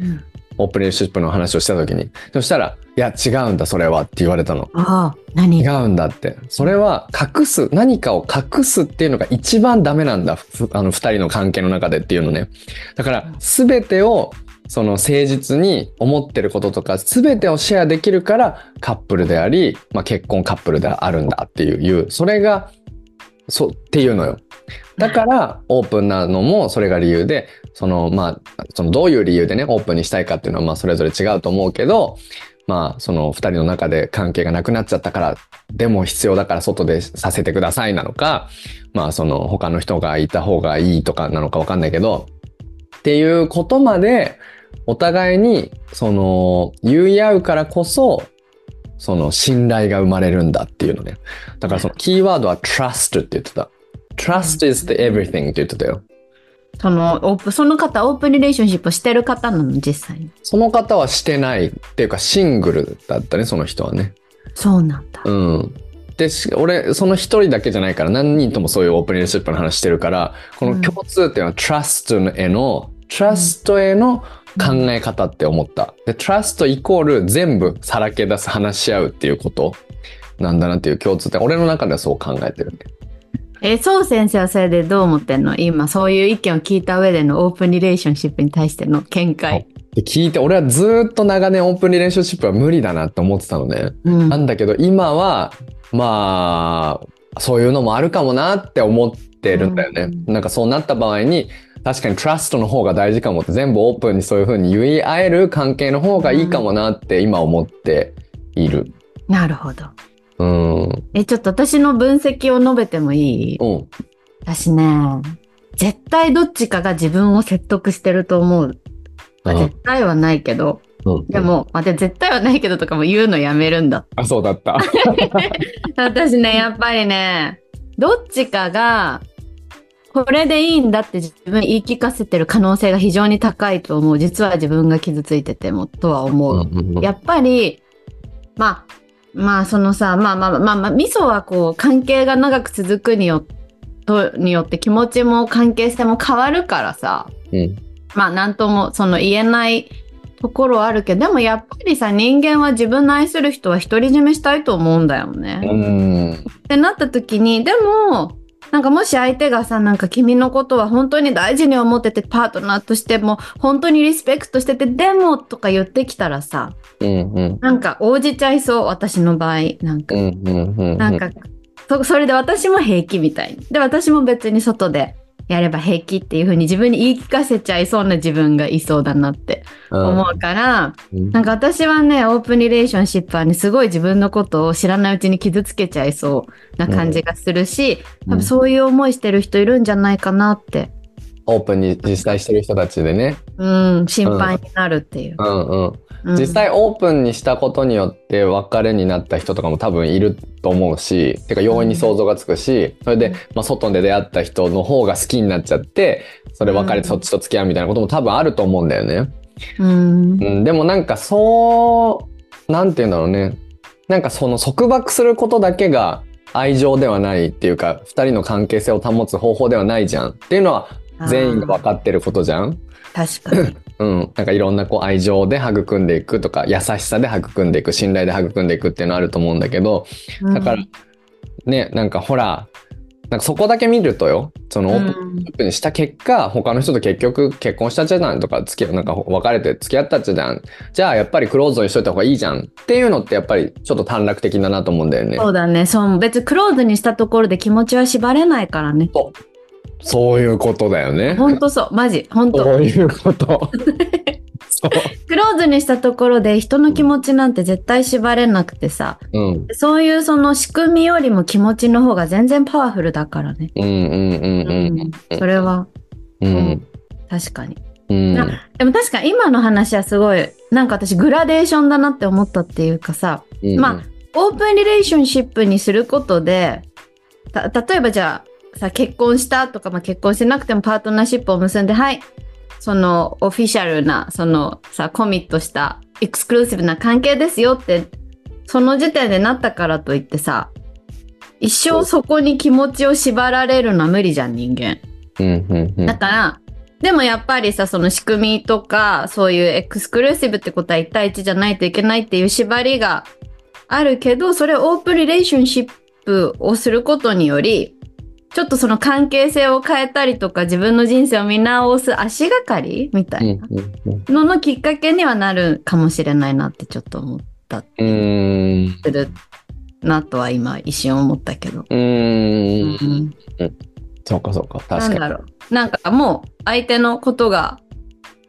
B: うん
A: オープンレーシップの話をした時にそしたら「いや違うんだそれは」って言われたの
B: ああ、何
A: 違うんだってそれは隠す何かを隠すっていうのが一番ダメなんだふあの2人の関係の中でっていうのねだから全てをその誠実に思ってることとか全てをシェアできるからカップルであり、まあ、結婚カップルであるんだっていういうそれがそうっていうのよだからオープンなのもそれが理由でそのまあそのどういう理由でねオープンにしたいかっていうのはまあそれぞれ違うと思うけどまあその2人の中で関係がなくなっちゃったからでも必要だから外でさせてくださいなのかまあその他の人がいた方がいいとかなのかわかんないけどっていうことまでお互いにその言い合うからこそその信頼が生まれるんだっていうのねだからそのキーワードは trust って言ってた trust is the everything って言ってたよ
B: そのオープンその方オープンリレーションシップをしてる方なの実際に
A: その方はしてないっていうかシングルだったねその人はね
B: そうなんだ
A: うん。で、し俺、その一人だけじゃないから、何人ともそういうオープンリーシップの話してるから、この共通点は trust への、trust への考え方って思った。で、trust イコール全部さらけ出す、話し合うっていうことなんだなっていう共通点。俺の中ではそう考えてるね。
B: えそう先生はそれでどう思ってんの今そういう意見を聞いた上でのオープンリレーションシップに対しての見解、
A: で、聞いて、俺はずーっと長年オープンリレーションシップは無理だなって思ってたのね。
B: うん
A: なんだけど今はまあそういうのもあるかもなって思ってるんだよね。
B: うん
A: なんかそうなった場合に確かに trust の方が大事かもって全部オープンにそういうふうに言い合える関係の方がいいかもなって今思っている。
B: なるほど
A: うん。
B: えちょっと私の分析を述べてもいい
A: うん。
B: 私ね絶対どっちかが自分を説得してると思う
A: う
B: まあ
A: ん
B: 絶対はないけど
A: うん
B: でも、まあ、で絶対はないけどとかも言うのやめるんだ
A: あそうだった。
B: 私ね、やっぱりね、どっちかが、これでいいんだって自分に言い聞かせてる可能性が非常に高いと思う。実は自分が傷ついてても、とは思う。やっぱり、まあ、まあ、そのさ、まあまあまあまあ、味噌はこう、関係が長く続くによとによって気持ちも関係性も変わるからさ、
A: うん
B: まあ、なんとも、その言えないところはあるけど、でもやっぱりさ、人間は自分の愛する人は独り占めしたいと思うんだよね。
A: うん。
B: ってなった時にでもなんかもし相手がさなんか君のことは本当に大事に思っててパートナーとしても本当にリスペクトしててでもとか言ってきたらさ
A: うんうん。
B: なんか応じちゃいそう私の場合なんか、
A: うんうんうん。
B: なんかそそれで私も平気みたいで私も別に外でやれば平気っていう風に自分に言い聞かせちゃいそうな自分がいそうだなって思うから、
A: うん。
B: なんか私はね、オープンリレーションシップはね、すごい自分のことを知らないうちに傷つけちゃいそうな感じがするし、
A: うん
B: 多分そういう思いしてる人いるんじゃないかなって、
A: オープンに実際してる人たちでね。
B: うん、心配になるっていう。
A: うんうん。
B: うん
A: 実際オープンにしたことによって別れになった人とかも多分いると思うしてか容易に想像がつくしそれで、まあ、外で出会った人の方が好きになっちゃってそれ別れ
B: うん
A: てそっちと付き合うみたいなことも多分あると思うんだよね。
B: うん、
A: うん、でもなんかそうなんて言うんだろうねなんかその束縛することだけが愛情ではないっていうか2人の関係性を保つ方法ではないじゃんっていうのは全員が分かってることじゃん。
B: あー確かに。
A: うん、なんかいろんなこう愛情で育んでいくとか優しさで育んでいく信頼で育んでいくっていうのあると思うんだけどだから、ねなんかほらなんかそこだけ見るとよその
B: う
A: オ
B: ん、
A: ープンにした結果、他の人と結局結婚したじゃないとか付き合なんか別れて付き合ったじゃんじゃあやっぱりクローズにしといた方がいいじゃんっていうのってやっぱりちょっと短絡的だなと思うんだよね。
B: そうだね、そう、別にクローズにしたところで気持ちは縛れないからね。
A: そういうことだよね。
B: ほんとそう、マジ、ほんと。
A: そういう こと。そう
B: クローズにしたところで人の気持ちなんて絶対縛れなくてさ、
A: うん
B: そういうその仕組みよりも気持ちの方が全然パワフルだからね。
A: うんうんうんうん
B: うんそれは
A: うん
B: 確かに。
A: うん
B: なでも確かに今の話はすごい、なんか私グラデーションだなって思ったっていうかさ、
A: うん
B: まあオープンリレーションシップにすることで、た例えばじゃあ、さ結婚したとか、まあ、結婚してなくてもパートナーシップを結んではいそのオフィシャルなそのさコミットしたエクスクルーシブな関係ですよってその時点でなったからといってさ一生そこに気持ちを縛られるのは無理じゃん人間。
A: うんうんうん
B: だから、でもやっぱりさ、その仕組みとか、そういうエクスクルーシブってことは1対1じゃないといけないっていう縛りがあるけど、それをオープンリレーションシップをすることにより、ちょっとその関係性を変えたりとか、自分の人生を見直す足がかりみた
A: う
B: い
A: ん
B: な
A: うんうん
B: ののきっかけにはなるかもしれないなってちょっと思っ
A: うーん
B: てるなとは今一瞬思ったけど。
A: うーん
B: うん
A: そうかそうか
B: な
A: 確
B: ん
A: か
B: だろう。なんかもう相手のことが、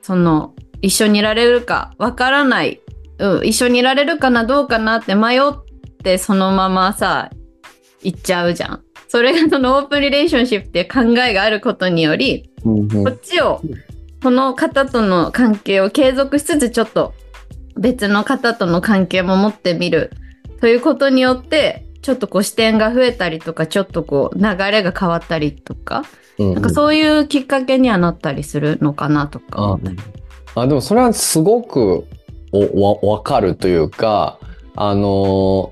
B: その、一緒にいられるかわからない、うん、一緒にいられるかなどうかなって迷ってそのままさ、行っちゃうじゃん。それがそのオープンリレーションシップっていう考えがあることにより、
A: にうんうん
B: こっちを、この方との関係を継続しつつ、ちょっと別の方との関係も持ってみるということによって、ちょっとこう視点が増えたりとか、ちょっとこう流れが変わったりとか、
A: うん
B: なんかそういうきっかけにはなったりするのかなとか思ったり。
A: あでもそれはすごくおわわかるというかあのー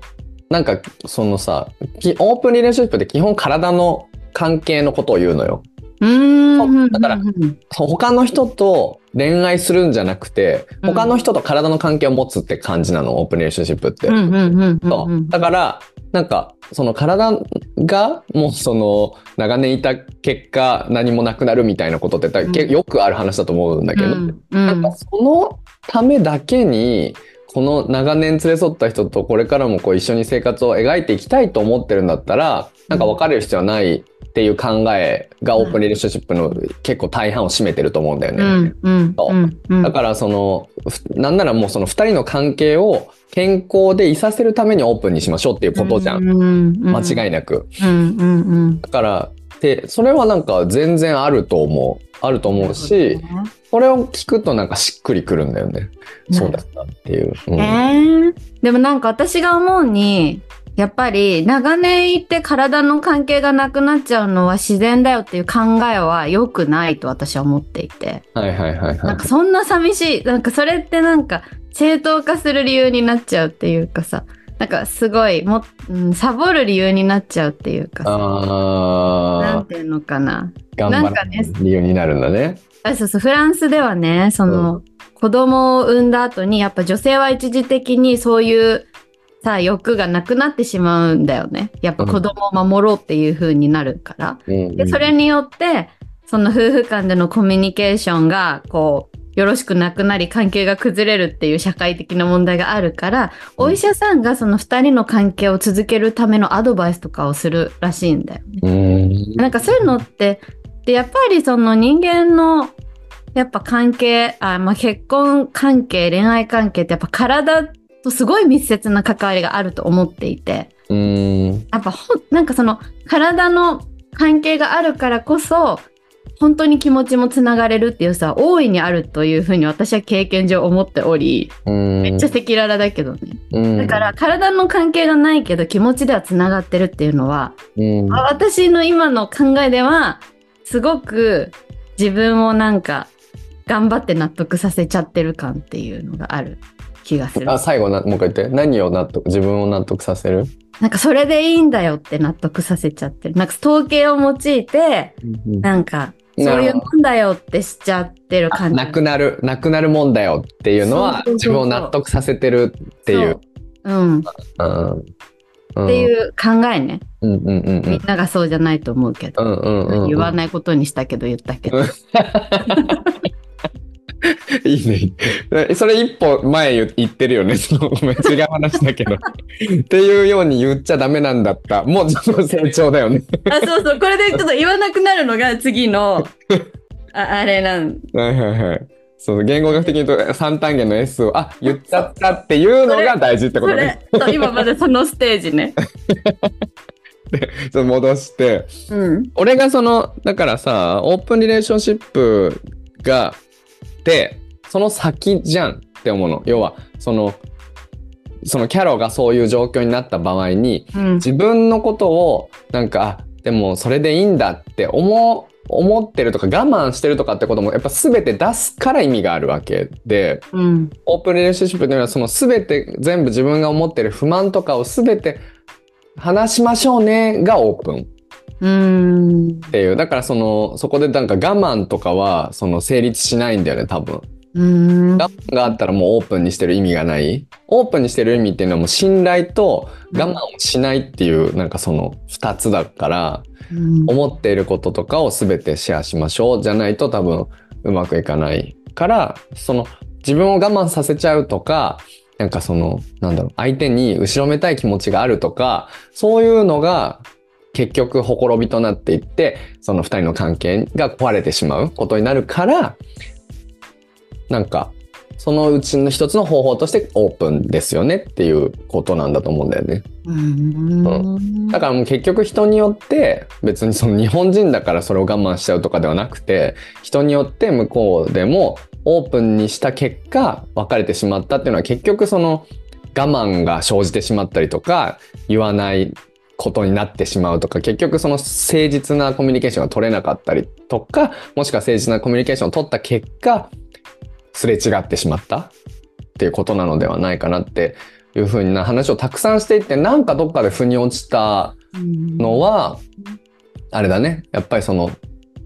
A: なんかそのさきオープンリレーションシップって基本体の関係のことを言うのよ。
B: うー。
A: そうんだから
B: うんうん
A: そう他の人と恋愛するんじゃなくて
B: うん
A: 他の人と体の関係を持つって感じなの、オープンリレーションシップって。
B: うんうんうんうん。
A: そううんだからなんかその体がもうその長年いた結果何もなくなるみたいなことってだけ
B: うん
A: よくある話だと思うんだけど、
B: うんう
A: なん
B: ん
A: かそのためだけにこの長年連れ添った人とこれからもこう一緒に生活を描いていきたいと思ってるんだったらなんか別れる必要はないっていう考えがオープンリレーションシップの結構大半を占めてると思うんだよね。
B: うんうん
A: そう
B: うんうん
A: だからそのふなんならもうその2人の関係を健康でいさせるためにオープンにしましょうっていうことじゃん、
B: 間
A: 間
B: い
A: 違いなく
B: うんうんうん
A: だからでそれはなんか全然あると思うあると思うしそれを聞くとなんかしっくりくるんだよねそうだったっていう、うん
B: えーでもなんか私が思うにやっぱり長年いて体の関係がなくなっちゃうのは自然だよっていう考えは良くないと私は思っていて
A: はいはいはいは
B: ないんかそんな寂しいなんかそれってなんか正当化する理由になっちゃうっていうかさなんかすごいも、うん、サボる理由になっちゃうっていうかさなん
A: あ
B: ていうのかな
A: ー頑張る
B: なんかね
A: 理由になるんだね
B: あそうそうフランスではねその、子供を産んだ後にやっぱ女性は一時的にそういうさ欲がなくなってしまうんだよねやっぱ子供を守ろうっていう風になるから、
A: うん
B: でそれによってその夫婦間でのコミュニケーションがこうよろしくなくなり関係が崩れるっていう社会的な問題があるから、
A: うん
B: お医者さんがその2人の関係を続けるためのアドバイスとかをするらしいんだよね。
A: うん
B: なんかそういうのってでやっぱりその人間のやっぱ関係あ、まあ、結婚関係恋愛関係ってやっぱ体とすごい密接な関わりがあると思っていて。
A: うん
B: やっぱほんなんかその体の関係があるからこそ本当に気持ちもつながれるっていうさ大いにあるというふうに私は経験上思っており
A: うん
B: めっちゃ赤裸々だけどね、
A: うん
B: だから体の関係がないけど気持ちではつながってるっていうのは、
A: うん
B: あ私の今の考えではすごく自分をなんか頑張って納得させちゃってる感っていうのがある気がする
A: あ最後なもう一回言って何を納得自分を納得させる
B: なんかそれでいいんだよって納得させちゃってるなんか統計を用いてなんか、
A: な
B: そうい
A: るほ
B: う
A: ど
B: もんだよってしちゃってる感じ。
A: なくなるなくなるもんだよっていうのは
B: そうそう
A: 自
B: そうそ
A: 分
B: う
A: を納得させてるっていう
B: そ。うん。っ
A: うんうん
B: ていう考えね。
A: うんうんうんう
B: み
A: ん
B: んながそうじゃないと思うけ
A: う
B: ど。
A: んうんうんうん
B: 言わないことにしたけど言ったけど。
A: いいねそれ一歩前言言ってるよね そのごめん違う話だけ どっていうように言っちゃダメなんだったもうちょっと成長だよね
B: あ、そうそう。これでちょっと言わなくなるのが 次の、ああれなん。
A: はいはいはいそう言語学的に言うと三単元の S をあ言っちゃったっていうのが大事って
B: そ
A: ことね
B: れ、そう今までそのステー ジね。
A: ちょっと戻して
B: うん。
A: 俺がそのだからさオープンリレーションシップがでその先じゃんって思うの要はそのそのキャロがそういう状況になった場合に
B: うん。
A: 自分のことをなんかあでもそれでいいんだって思思ってるとか我慢してるとかってこともやっぱ全て出すから意味があるわけで
B: うん。
A: オープンリレーションシップというのはその全て全部自分が思ってる不満とかを全て話しましょうねがオープン
B: うん。
A: っていうだからそのそこでなんか我慢とかはその成立しないんだよね多分
B: うん。
A: 我慢があったらもうオープンにしてる意味がないオープンにしてる意味っていうのはもう信頼と我慢をしないっていうなんかその2つだから
B: うん
A: 思っていることとかを全てシェアしましょうじゃないと多分うまくいかないからその自分を我慢させちゃうとかなんかそのなんだろう相手に後ろめたい気持ちがあるとかそういうのが結局ほころびとなっていってその2人の関係が壊れてしまうことになるからなんかそのうちの一つの方法としてオープンですよねっていうことなんだと思うんだよね。
B: うん
A: だからもう結局人によって別にその日本人だからそれを我慢しちゃうとかではなくて人によって向こうでもオープンにした結果別れてしまったっていうのは結局その我慢が生じてしまったりとか言わないことになってしまうとか結局その誠実なコミュニケーションが取れなかったりとかもしくは誠実なコミュニケーションを取った結果すれ違ってしまったっていうことなのではないかなっていうふうな話をたくさんしていってなんかどっかで腑に落ちたのはあれだねやっぱりその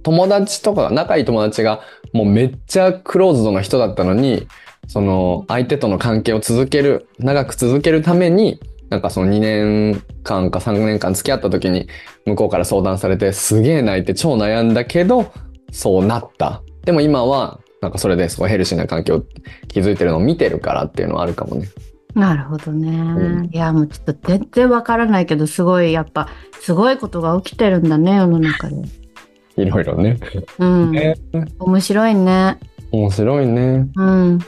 A: 友達とか仲いい友達がもうめっちゃクローズドな人だったのにその相手との関係を続ける長く続けるためになんかその2年間か3年間付き合った時に向こうから相談されてすげえ泣いて超悩んだけどそうなったでも今はなんかそれですごいヘルシーな関係を築いてるのを見てるからっていうのはあるかもね。
B: なるほどね、
A: う
B: いやもうちょっと全然わからないけどすごいやっぱすごいことが起きてるんだね世の中で
A: いろいろね。
B: うん、
A: ね
B: 面白いね
A: 面白いね。
B: うん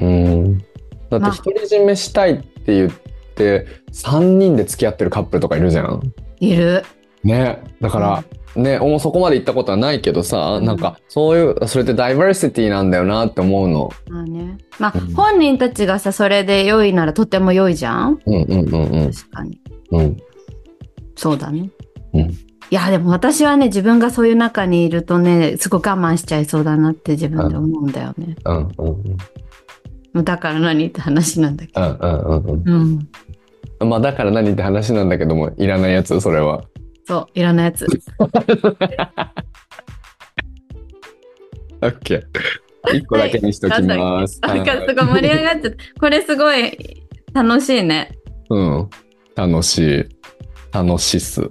A: うん、だって
B: まあ
A: 独り占めしたいって言って3人で付き合ってるカップルとかいるじゃん。
B: いる
A: ねだから、ねおそこまで行ったことはないけどさ
B: うん
A: なんかそういうそれってダイバーシティなんだよなって思うの。
B: まあねまあ、
A: うん
B: 本人たちがさそれで良いならとても良いじゃん
A: うんうんうん
B: 確かに
A: うんうん
B: そうだね
A: うん
B: いやでも私はね自分がそういう中にいるとねすごい我慢しちゃいそうだなって自分で思うんだよね、
A: うんうんうん
B: もうだから何って話なんだけど
A: うんうんうん
B: うん
A: うんまあだから何って話なんだけどもいらないやつそれは。
B: そういらないやつ
A: OK。1個だけにしときます。
B: なんか
A: はい
B: すごい盛り上がっちゃった。これすごい楽しいね。
A: うん。楽しい。楽しす。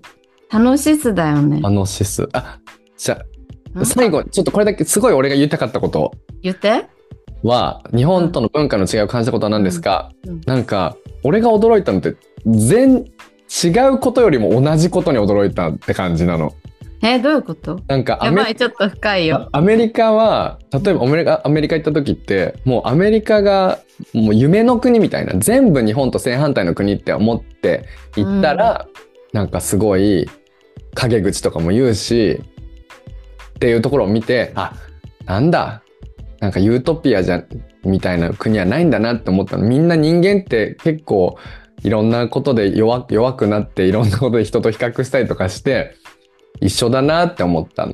B: 楽しすだよね。
A: 楽しす。あじゃあ
B: うん
A: 最後ちょっとこれだけすごい俺が言いたかったこと
B: 言って。
A: は日本との文化の違いを感じたことは何ですか、
B: うんうん
A: なんか俺が驚いたのって全違うことよりも同じことに驚いたって感じなの。
B: え、どういうこと
A: なんかア
B: や
A: メ
B: ばい、ちょっと深いよ。
A: アメリカは例えばアメリカアメリカ行った時ってもうアメリカがもう夢の国みたいな全部日本と正反対の国って思って行ったら、なんかすごい陰口とかも言うしっていうところを見てあなんだなんかユートピアじゃみたいな国はないんだなって思ったのみんな人間って結構いろんなことで弱弱くなっていろんなことで人と比較したりとかして一緒だなって思ったの。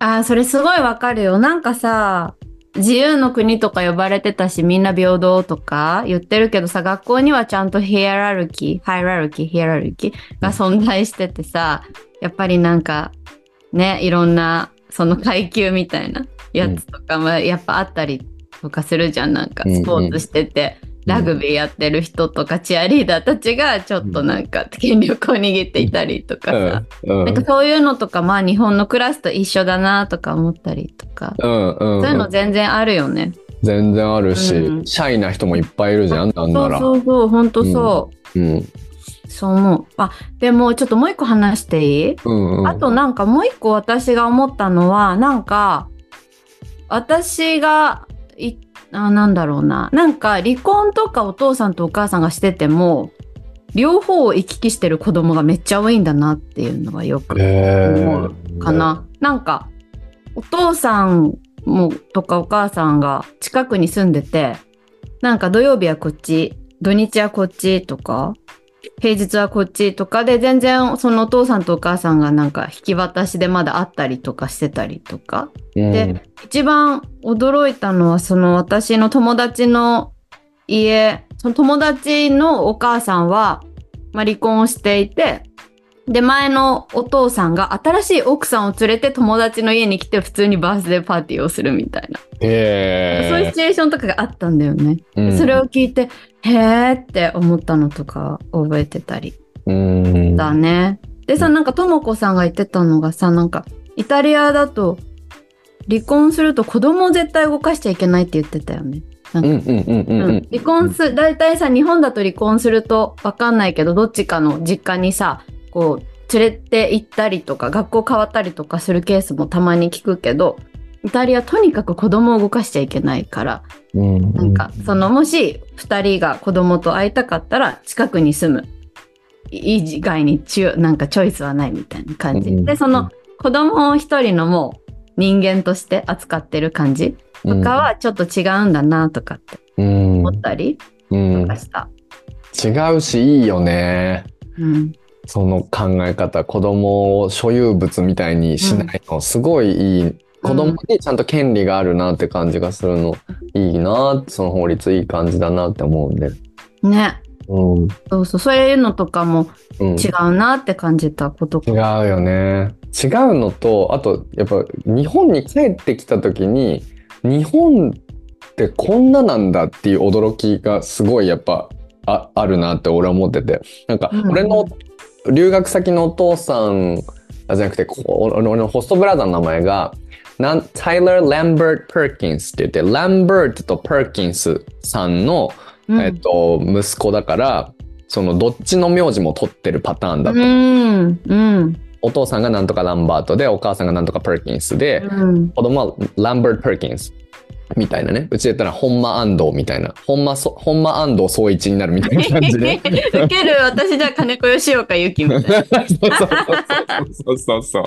B: あー、それすごいわかるよ。なんかさ、自由の国とか呼ばれてたし、みんな平等とか言ってるけどさ、学校にはちゃんとヒエラルキー、ハイラルキー、ヒエラルキーが存在しててさ、やっぱりなんか、ね、いろんな、その階級みたいなやつとかもやっぱあったりとかするじゃん、なんか
A: うんうん
B: スポーツしてて。ラグビーやってる人とかチアリーダーたちがちょっとなんか権力を握っていたりとかさ、
A: うん
B: なんかそういうのとかまあ日本のクラスと一緒だなとか思ったりとか、
A: うんうんうん
B: そういうの全然あるよね。
A: 全然あるし、
B: うん
A: シャイな人もいっぱいいるじゃんなん
B: そ
A: な
B: う
A: ら
B: そうそう本当そう、
A: うん
B: そう思う。あでもちょっともう一個話していい、
A: うんうん
B: あとなんかもう一個私が思ったのはなんか私がいあなんだろうななんか離婚とかお父さんとお母さんがしてても両方を行き来してる子供がめっちゃ多いんだなっていうのがよく思うかな。なんかお父さんもとかお母さんが近くに住んでてなんか土曜日はこっち土日はこっちとか平日はこっちとかで、全然そのお父さんとお母さんがなんか引き渡しでまだ会ったりとかしてたりとか。で、一番驚いたのは、その私の友達の家、その友達のお母さんは、まあ、離婚をしていて、で、前のお父さんが新しい奥さんを連れて友達の家に来て普通にバースデーパーティーをするみたいな。
A: へ
B: そういうシチュエーションとかがあったんだよね。
A: うん
B: それを聞いて、へーって思ったのとか覚えてたり
A: うん
B: だね。でさ、なんかともこさんが言ってたのがさ、なんかイタリアだと離婚すると子供を絶対動かしちゃいけないって言ってたよね。
A: うんうんうんうんうん
B: 離婚す、大体さ、日本だと離婚するとわかんないけど、どっちかの実家にさ、こう、連れて行ったりとか、学校変わったりとかするケースもたまに聞くけど、イタリアとにかく子供を動かしちゃいけないから、
A: うん
B: なんか、その、もし2人が子供と会いたかったら、近くに住む以外にちゅ、なんかチョイスはないみたいな感じ。
A: うん
B: で、その、子供を一人のもう人間として扱ってる感じとかはちょっと違うんだなとかって
A: うん
B: 思ったり
A: うん
B: とかした。
A: 違うしいいよね
B: うん。
A: その考え方子供を所有物みたいにしないの、すごいいい子供にちゃんと権利があるなって感じがするの、いいなその法律いい感じだなって思うんで
B: ね。
A: うん、
B: そうそう。そういうのとかも
A: うん、
B: 違うなって感じたこと
A: 違う
B: か。
A: よね違うのとあとやっぱ日本に帰ってきた時に日本ってこんななんだっていう驚きがすごいやっぱああるなって俺は思っててなんか
B: うん
A: 俺の留学先のお父さんあじゃなくてこう俺のホストブラザーの名前がなんタイラー・ランバート・パーキンスって言ってランバートとパーキンスさんの、
B: うん
A: えっと、息子だからそのどっちの名字も取ってるパターンだと
B: うん。うん。
A: お父さんがなんとかランバートでお母さんがなんとかパーキンスで、
B: うん。
A: 子供はランバート・パーキンスみたいなねうちで言ったら本間安藤みたいな本間そ本間安藤総一になるみたいな 感じで
B: 受ける私じゃあ金子よしおかゆきみたいな。
A: そうそうそうそうそう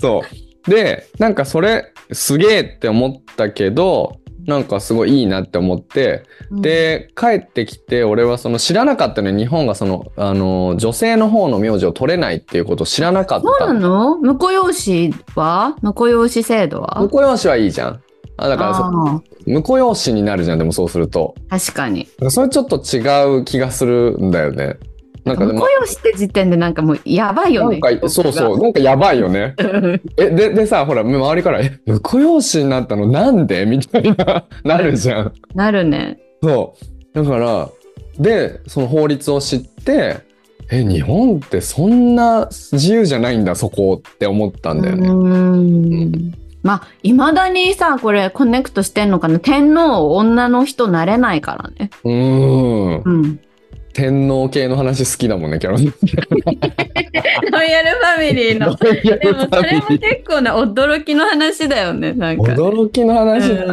A: そうでなんかそれすげえって思ったけどなんかすごいいいなって思って で帰ってきて俺はその知らなかったね日本がそのあの女性の方の名字を取れないっていうことを知らなかった
B: そうなの婿養子は婿養子制度は
A: 婿養子はいいじゃん。あだからそ
B: あ
A: 婿養子になるじゃんでもそうすると
B: あ確かに。
A: だからそれちょっと違う気がするんだよねなんかでも
B: 婿養子って時点でなんかもうやばいよ
A: な
B: ね
A: ん。かそうそうなんかやばいよねえででさほら周りから「え婿養子になったのなんで?」みたいな なるじゃん
B: なるね。
A: そうだからでその法律を知ってえ日本ってそんな自由じゃないんだそこって思ったんだよね、
B: うーんまあいまだにさこれコネクトしてんのかな天皇女の人なれないからね。
A: うーん
B: うん、
A: 天皇系の話好きだもんねキャロル
C: ロイヤルファミリーの。でもそれも結構な驚きの話だよね、なんか。
A: 驚きの話だ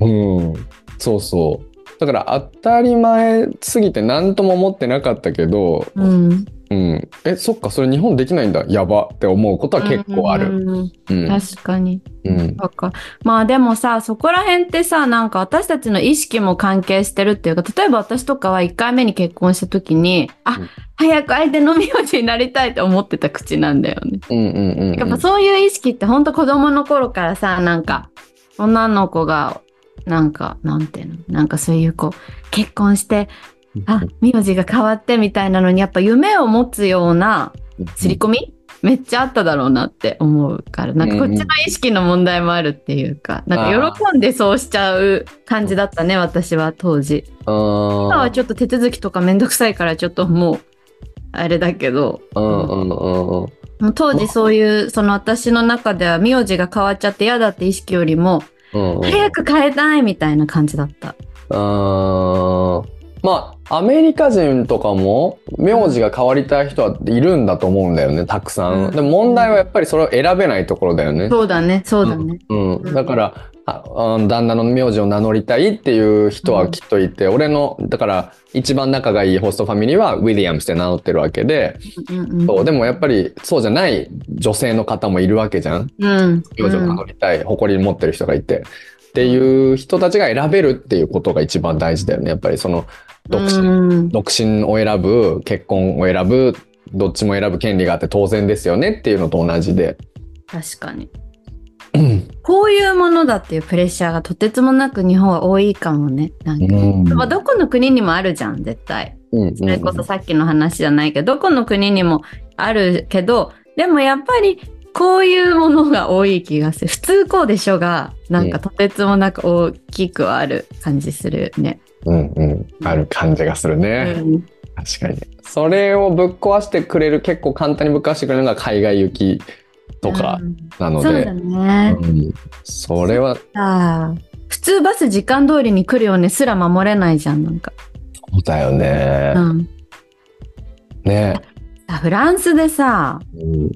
C: うん
A: うん、そうそう。だから当たり前すぎて何とも思ってなかったけど、
B: うん、
A: うん、え、そっか、それ日本できないんだ、やばって思うことは結構ある。
B: うん
A: うん、
B: 確かに。
A: うん、
B: わかまあでもさそこら辺ってさなんか私たちの意識も関係してるっていうか例えば私とかは1回目に結婚した時にあ、
A: うん
B: 早く相手の名字になりたいって思ってた口なんだよね。
A: うん、うん、うん。
B: やっぱそういう意識ってほんと子供の頃からさなんか女の子がなんかなんていうのなんかそういうこう結婚してあ名字が変わってみたいなのにやっぱ夢を持つような刷り込みめっちゃあっただろうなって思うからなんかこっちの意識の問題もあるっていうか、なんか喜んでそうしちゃう感じだったね私は当時
A: うん、
B: 今はちょっと手続きとかめんどくさいからちょっともうあれだけど
A: うん、うん、うん、うん。
B: もう当時そういうその私の中では名字が変わっちゃって嫌だって意識よりも
A: うんうん
B: 早く変えたいみたいな感じだった
A: あーまあアメリカ人とかも名字が変わりたい人はいるんだと思うんだよねたくさん、
B: うん
A: でも問題はやっぱりそれを選べないところだよね、
B: そうだねそうだね
A: うん
B: うん
A: だからああの旦那の名字を名乗りたいっていう人はきっといて、俺のだから一番仲がいいホストファミリーはウィリアムスって名乗ってるわけで、
B: うんうん
A: そうでもやっぱりそうじゃない女性の方もいるわけじゃん
B: うん
A: 名字を名乗りたい、誇りに持ってる人がいてっていう人たちが選べるっていうことが一番大事だよね。やっぱりその独身、
B: うん
A: 独身を選ぶ、結婚を選ぶ、どっちも選ぶ権利があって当然ですよねっていうのと同じで。
B: 確かに。
A: うん
B: こういうものだっていうプレッシャーがとてつもなく日本は多いかもね。なんか
A: うん
B: まあ、どこの国にもあるじゃん、絶対。
A: うん
B: それこそさっきの話じゃないけど、どこの国にもあるけど、でもやっぱりこういうものが多い気がする。普通こうでしょが、なんかとてつもなく大きくある感じするね。
A: うんうん、ある感じがする
B: う
A: ね、
B: ん、
A: 確かにそれをぶっ壊してくれる結構簡単にぶっ壊してくれるのが海外行きとかな
B: う
A: ので、
B: ん。そううだね。
A: んそれは
B: ああ普通バス時間通りに来るよねすら守れないじゃん、なんか。
A: そうだよね
B: う、ん。
A: ね、
B: あフランスでさ、
A: うん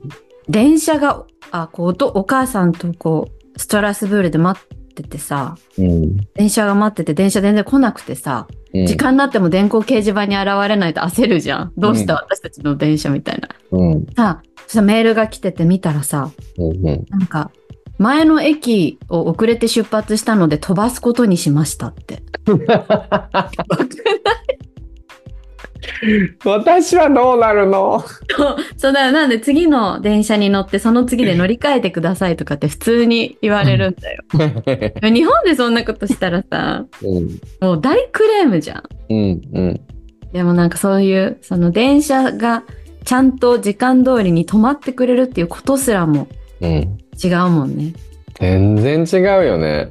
B: 電車が、あ、こう、おとお母さんとこう、ストラスブールで待っててさ、
A: うん
B: 電車が待ってて、電車全然来なくてさ、
A: うん
B: 時間になっても電光掲示板に現れないと焦るじゃん。どうした
A: うん
B: 私たちの電車みたいな。
A: うん
B: さあ、そしたらメールが来てて見たらさ、
A: うんうん
B: なんか、前の駅を遅れて出発したので飛ばすことにしましたって。
A: 私はどうなるの
B: そうだよ。なんで次の電車に乗ってその次で乗り換えてくださいとかって普通に言われるん だよ。日本でそんなことしたらさ、
A: うん
B: もう大クレームじゃん。
A: うんうん
B: でもなんかそういう、その電車がちゃんと時間通りに止まってくれるっていうことすらも
A: うん
B: 違うもんね。
A: 全然違うよね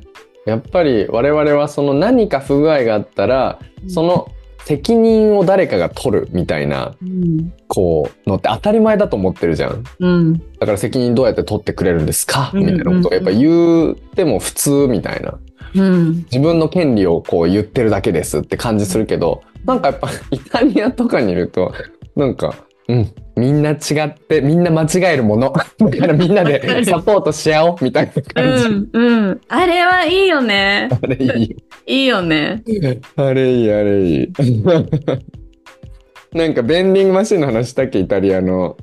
A: やっぱり我々はその何か不具合があったらその責任を誰かが取るみたいな
B: うん。
A: こうのって当たり前だと思ってるじゃん
B: うん。
A: だから責任どうやって取ってくれるんですか
B: うん
A: みたいなことをやっぱ言っても普通みたいな
B: うん。
A: 自分の権利をこう言ってるだけですって感じするけどなんかやっぱイタリアとかにいるとなんかうんみんな違ってみんな間違えるものだからみんな
B: わか
A: で
B: る
A: サポートし合おうみたいな感じ、
B: うん。うん。あれはいいよね。
A: あれいい
B: いいよね。
A: あれいいあれいいなんかベンディングマシンの話したっけイタリアの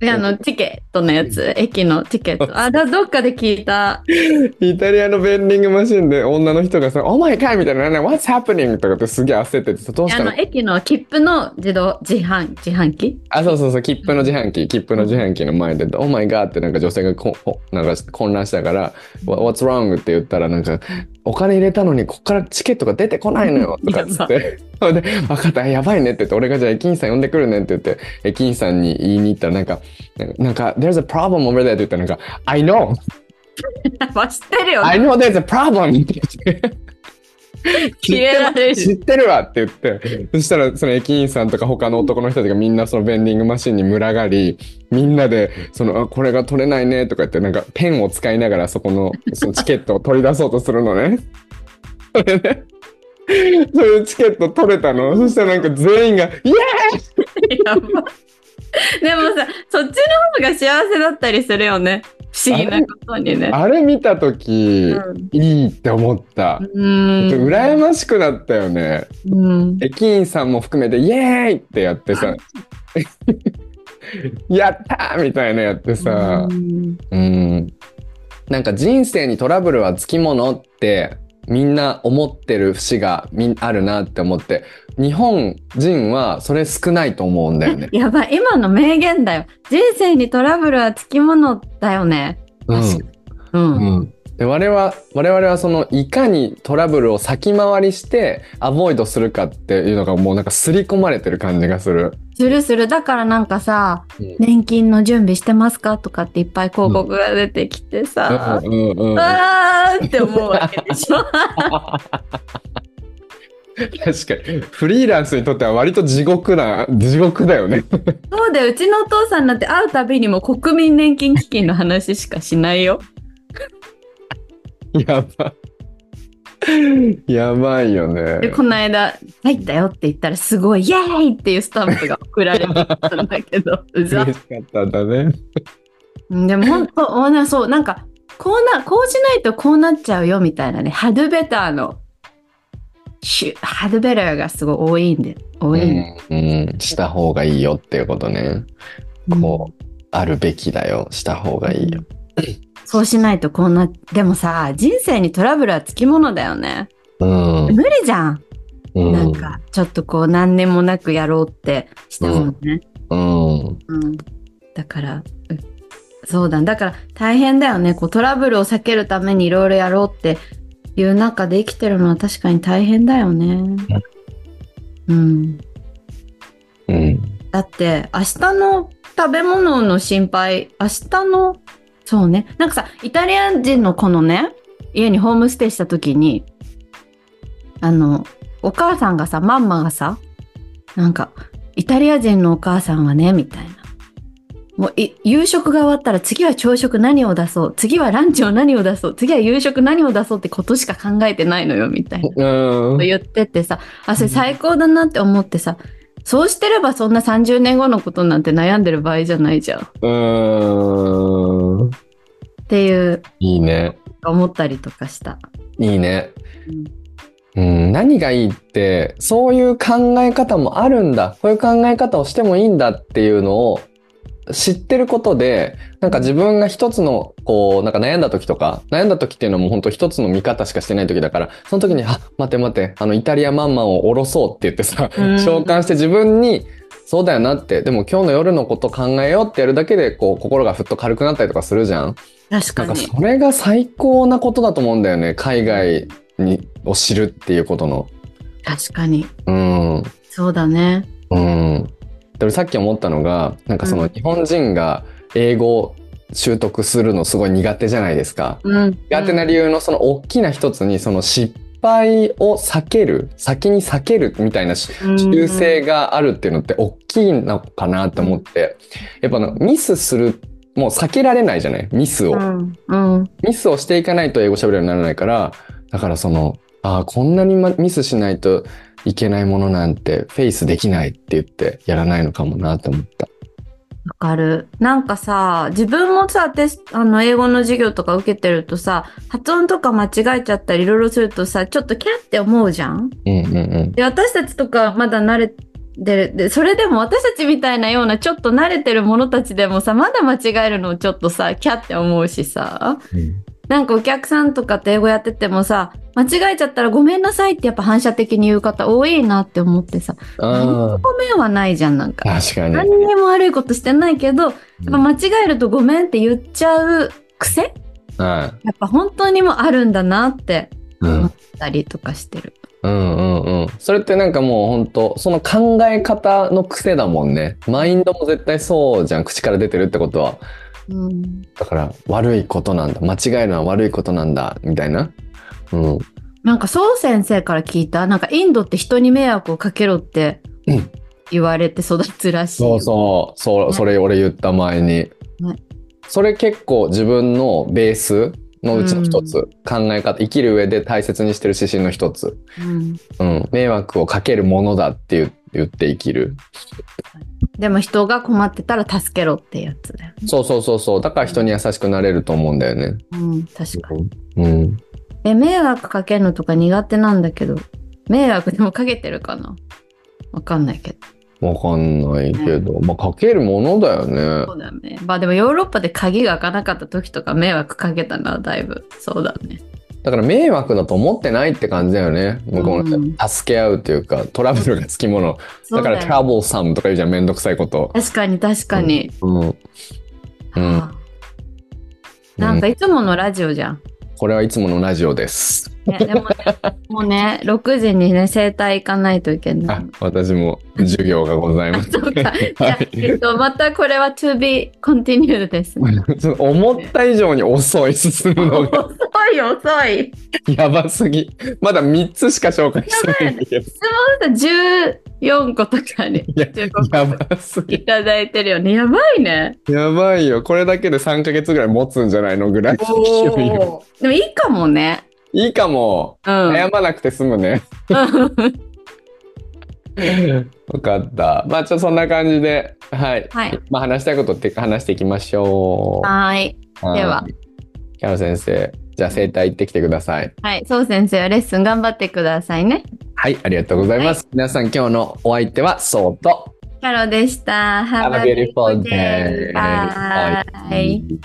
B: であの、チケットのやつ。駅のチケット。あ、だ、どっかで聞いた。
A: イタリアのベンディングマシンで女の人がさ「Oh my god!」みたいな「What's happening?」とかってすげえ焦っててさどうし
B: あ
A: たの
B: の、駅の切符の自動、自販、自販機
A: あそうそうそう切符の自販機切符の自販機の前で「Oh my god!」ってなんか女性がここなんか混乱したから「What- What's wrong?」って言ったらなんか「お金入れたのにこっからチケットが出てこないのよ」とかっつってそれで「分かったやばいね」って言って「俺がじゃあ駅員さん呼んでくるね」って言って駅員さんに言いに行ったらなんか「なんかなんか There's a problem over there」って言ったらなんか「I know!」
B: わ、知ってるよ。
A: I know there's a problem! って言って。
B: 消えられる
A: 知ってるわって言って。そしたら、その駅員さんとか他の男の人たちがみんなそのベンディングマシンに群がり、みんなで、その、あこれが取れないねとか言って、なんかペンを使いながらそこの、そのチケットを取り出そうとするのね。それで、それでチケット取れたの。そしたらなんか全員が、イエーイ
B: やばでもさ、そっちの方が幸せだったりするよね。不思議なことにね。
A: あれ見たとき、
B: う
A: いいって思った。
B: ん。うん
A: 羨ましくなったよね。
B: うん。
A: 駅員さんも含めて「イエーイ!」ってやって さ「やったー!」みたいなやってさ
B: うん。
A: うんなんか人生にトラブルはつきものってみんな思ってる節がみんあるなって思って日本人はそれ少ないと思うんだよね
B: やばい、今の名言だよ。人生にトラブルはつきものだよね。
A: うん
B: うん。
A: うんで我々は我々はそのいかにトラブルを先回りしてアボイドするかっていうのがもうなんか刷り込まれてる感じがする。
B: するする。だからなんかさ、
A: うん
B: 年金の準備してますかとかっていっぱい広告が出てきてさ、
A: うんうんうんうん
B: あーって思うわけでしょ。
A: 確かにフリーランスにとっては割と地獄な地獄だよね
B: そうだよ。うちのお父さんなんて会うたびにもう国民年金基金の話しかしないよ。
A: やばやばいよ
B: で、
A: ね
B: この間、入ったよって言ったら、すごい、イエーイっていうスタンプが送られてきたんだ けど、うざ
A: 嬉。しかったんだね
B: うんでも本当、 おなそう、なんか、こうな、こうしないとこうなっちゃうよみたいなね、ハドベターの、シュハドベターがすごい多いんで、多
A: う
B: いんで。
A: ん、うん、した方がいいよっていうことねこうあるべきだよした方がいいよ
B: そうしないとこんな、でもさ、人生にトラブルはつきものだよね。
A: うん。
B: 無理じゃん。
A: うん
B: なんか、ちょっとこう、何年もなくやろうってしてもね。
A: うん。
B: うん、だから、うんそうだ、だから大変だよね。こうトラブルを避けるためにいろいろやろうっていう中で生きてるのは確かに大変だよね。うん。
A: うん。
B: だって、明日の食べ物の心配、明日の、そうね。なんかさ、イタリア人の子のね、家にホームステイした時に、あの、お母さんがさ、マンマがさ、なんか、イタリア人のお母さんはね、みたいな。もうい、夕食が終わったら次は朝食何を出そう、次はランチを何を出そう、次は夕食何を出そうってことしか考えてないのよ、みたいな。
A: うん。
B: 言っててさ、あ、それ最高だなって思ってさ、そうしてればそんな30年後のことなんて悩んでる場合じゃないじゃんっ
A: うん。
B: ていう
A: いいね。
B: 思ったりとかした。
A: いいね。うん、何がいいって、そういう考え方もあるんだ。こういう考え方をしてもいいんだっていうのを知ってることで、なんか自分が一つの、こう、なんか悩んだ時とか、悩んだ時っていうのはもう本当一つの見方しかしてない時だから、その時に、あ、待て待て、あの、イタリアマンマンを下ろそうって言ってさ、
B: うん
A: 召喚して自分に、そうだよなって、でも今日の夜のこと考えようってやるだけで、こう、心がふっと軽くなったりとかするじゃん。
B: 確
A: な
B: か
A: んか
B: に。
A: それが最高なことだと思うんだよね。海外にを知るっていうことの。
B: 確かに。
A: うん。
B: そうだね。
A: うん。でもさっき思ったのが、なんかその
B: うん
A: 日本人が英語を習得するのすごい苦手じゃないですか。
B: うん。
A: 苦手な理由のその大きな一つに、その失敗を避ける、先に避けるみたいなし修正があるっていうのって大きいのかなと思って、やっぱあのミスする、もう避けられないじゃないミスを
B: う。ん。うん。
A: ミスをしていかないと英語喋れるようにならないから、だからその、ああ、こんなにまミスしないといけないものなんてフェイスできないって言ってやらないのかもなって思った。
B: わかる。なんかさ、自分もさ、テスあの、英語の授業とか受けてるとさ、発音とか間違えちゃったりいろいろするとさ、ちょっとキャって思うじゃん
A: うんうんうん。
B: で私たちとかまだ慣れてるでそれでも私たちみたいなようなちょっと慣れてる者たちでもさまだ間違えるのをちょっとさキャって思うしさなんかお客さんとかと英語やっててもさ間違えちゃったらごめんなさいってやっぱ反射的に言う方多いなって思ってさ
A: あ
B: ごめんはないじゃんなんか
A: あ、確かに。
B: 何にも悪いことしてないけどやっぱ間違えるとごめんって言っちゃう癖
A: はい
B: やっぱ本当にもあるんだなって
A: うん
B: 思ったりとかしてる。
A: うんうんうん。それってなんかもう本当その考え方の癖だもんね。マインドも絶対そうじゃん。口から出てるってことは。
B: うん
A: だから悪いことなんだ。間違えるのは悪いことなんだ。みたいな。うん。
B: なんか、そう先生から聞いた、なんか、インドって人に迷惑をかけろって
A: うん
B: 言われて育つらしい。
A: そうそう、そう、
B: ね
A: それ俺言った前に。
B: ね
A: それ結構自分のベースのうちの一つ、考え方、生きる上で大切にしてる指針の一つ。
B: うん
A: うん、迷惑をかけるものだって言う言って生きる。
B: でも、人が困ってたら助けろってやつだよね。
A: そうそうそうそう、だから人に優しくなれると思うんだよね。
B: うん、確かに。
A: うん。
B: え、迷惑かけるのとか苦手なんだけど、迷惑でもかけてるかなわかんないけど。
A: わかんないけど、まあ、かけるものだよね
B: そ。うだよね。まあでもヨーロッパで鍵が開かなかった時とか迷惑かけたな、だいぶ。そうだね。
A: だから迷惑だと思ってないって感じだよね。向こうの
B: うん
A: 人助け合うというか、トラブルがつきもの。
B: そ
A: だ
B: う
A: か
B: だ
A: ら
B: よ
A: トラブルサムとか言うじゃん、めんどくさいこと。
B: 確かに確かに。
A: うん。うん
B: はあなんかいつものラジオじゃん。
A: これはいつものラジオです。
B: ね、でもね、もうね、6時にね、整体行かないといけな
A: あ
B: い。、
A: 私も授業がございます。
B: そうか。じゃあ、
A: はい
B: えっと、またこれは to be continued ですね。
A: ちょっと思った以上に遅い進む のが
B: 遅い遅い。
A: やばすぎ。まだ3つしか紹介してないんだけど、
B: 質問14個とかに
A: や
B: 15個
A: やばすぎ。
B: いただいてるよね。やばいね。
A: やばいよ。これだけで3ヶ月ぐらい持つんじゃないのぐらいの勢いよ。
B: おーでもいいかもね。
A: いいかも。
B: うん。
A: 悩まなくて済むね。わかった。まあちょっとそんな感じで、はい。
B: はい
A: まあ話したいことって話していきましょう。
B: はい。
A: い
B: では。
A: キャロ先生、じゃあ生体行ってきてください。
B: はい。そう先生はレッスン頑張ってくださいね。
A: はい、ありがとうございます。皆さん、今日のお相手は、そうと。
B: キャロでした。
A: Have a beautiful day.
B: Have a beautiful day.
A: は
B: Bye.
A: い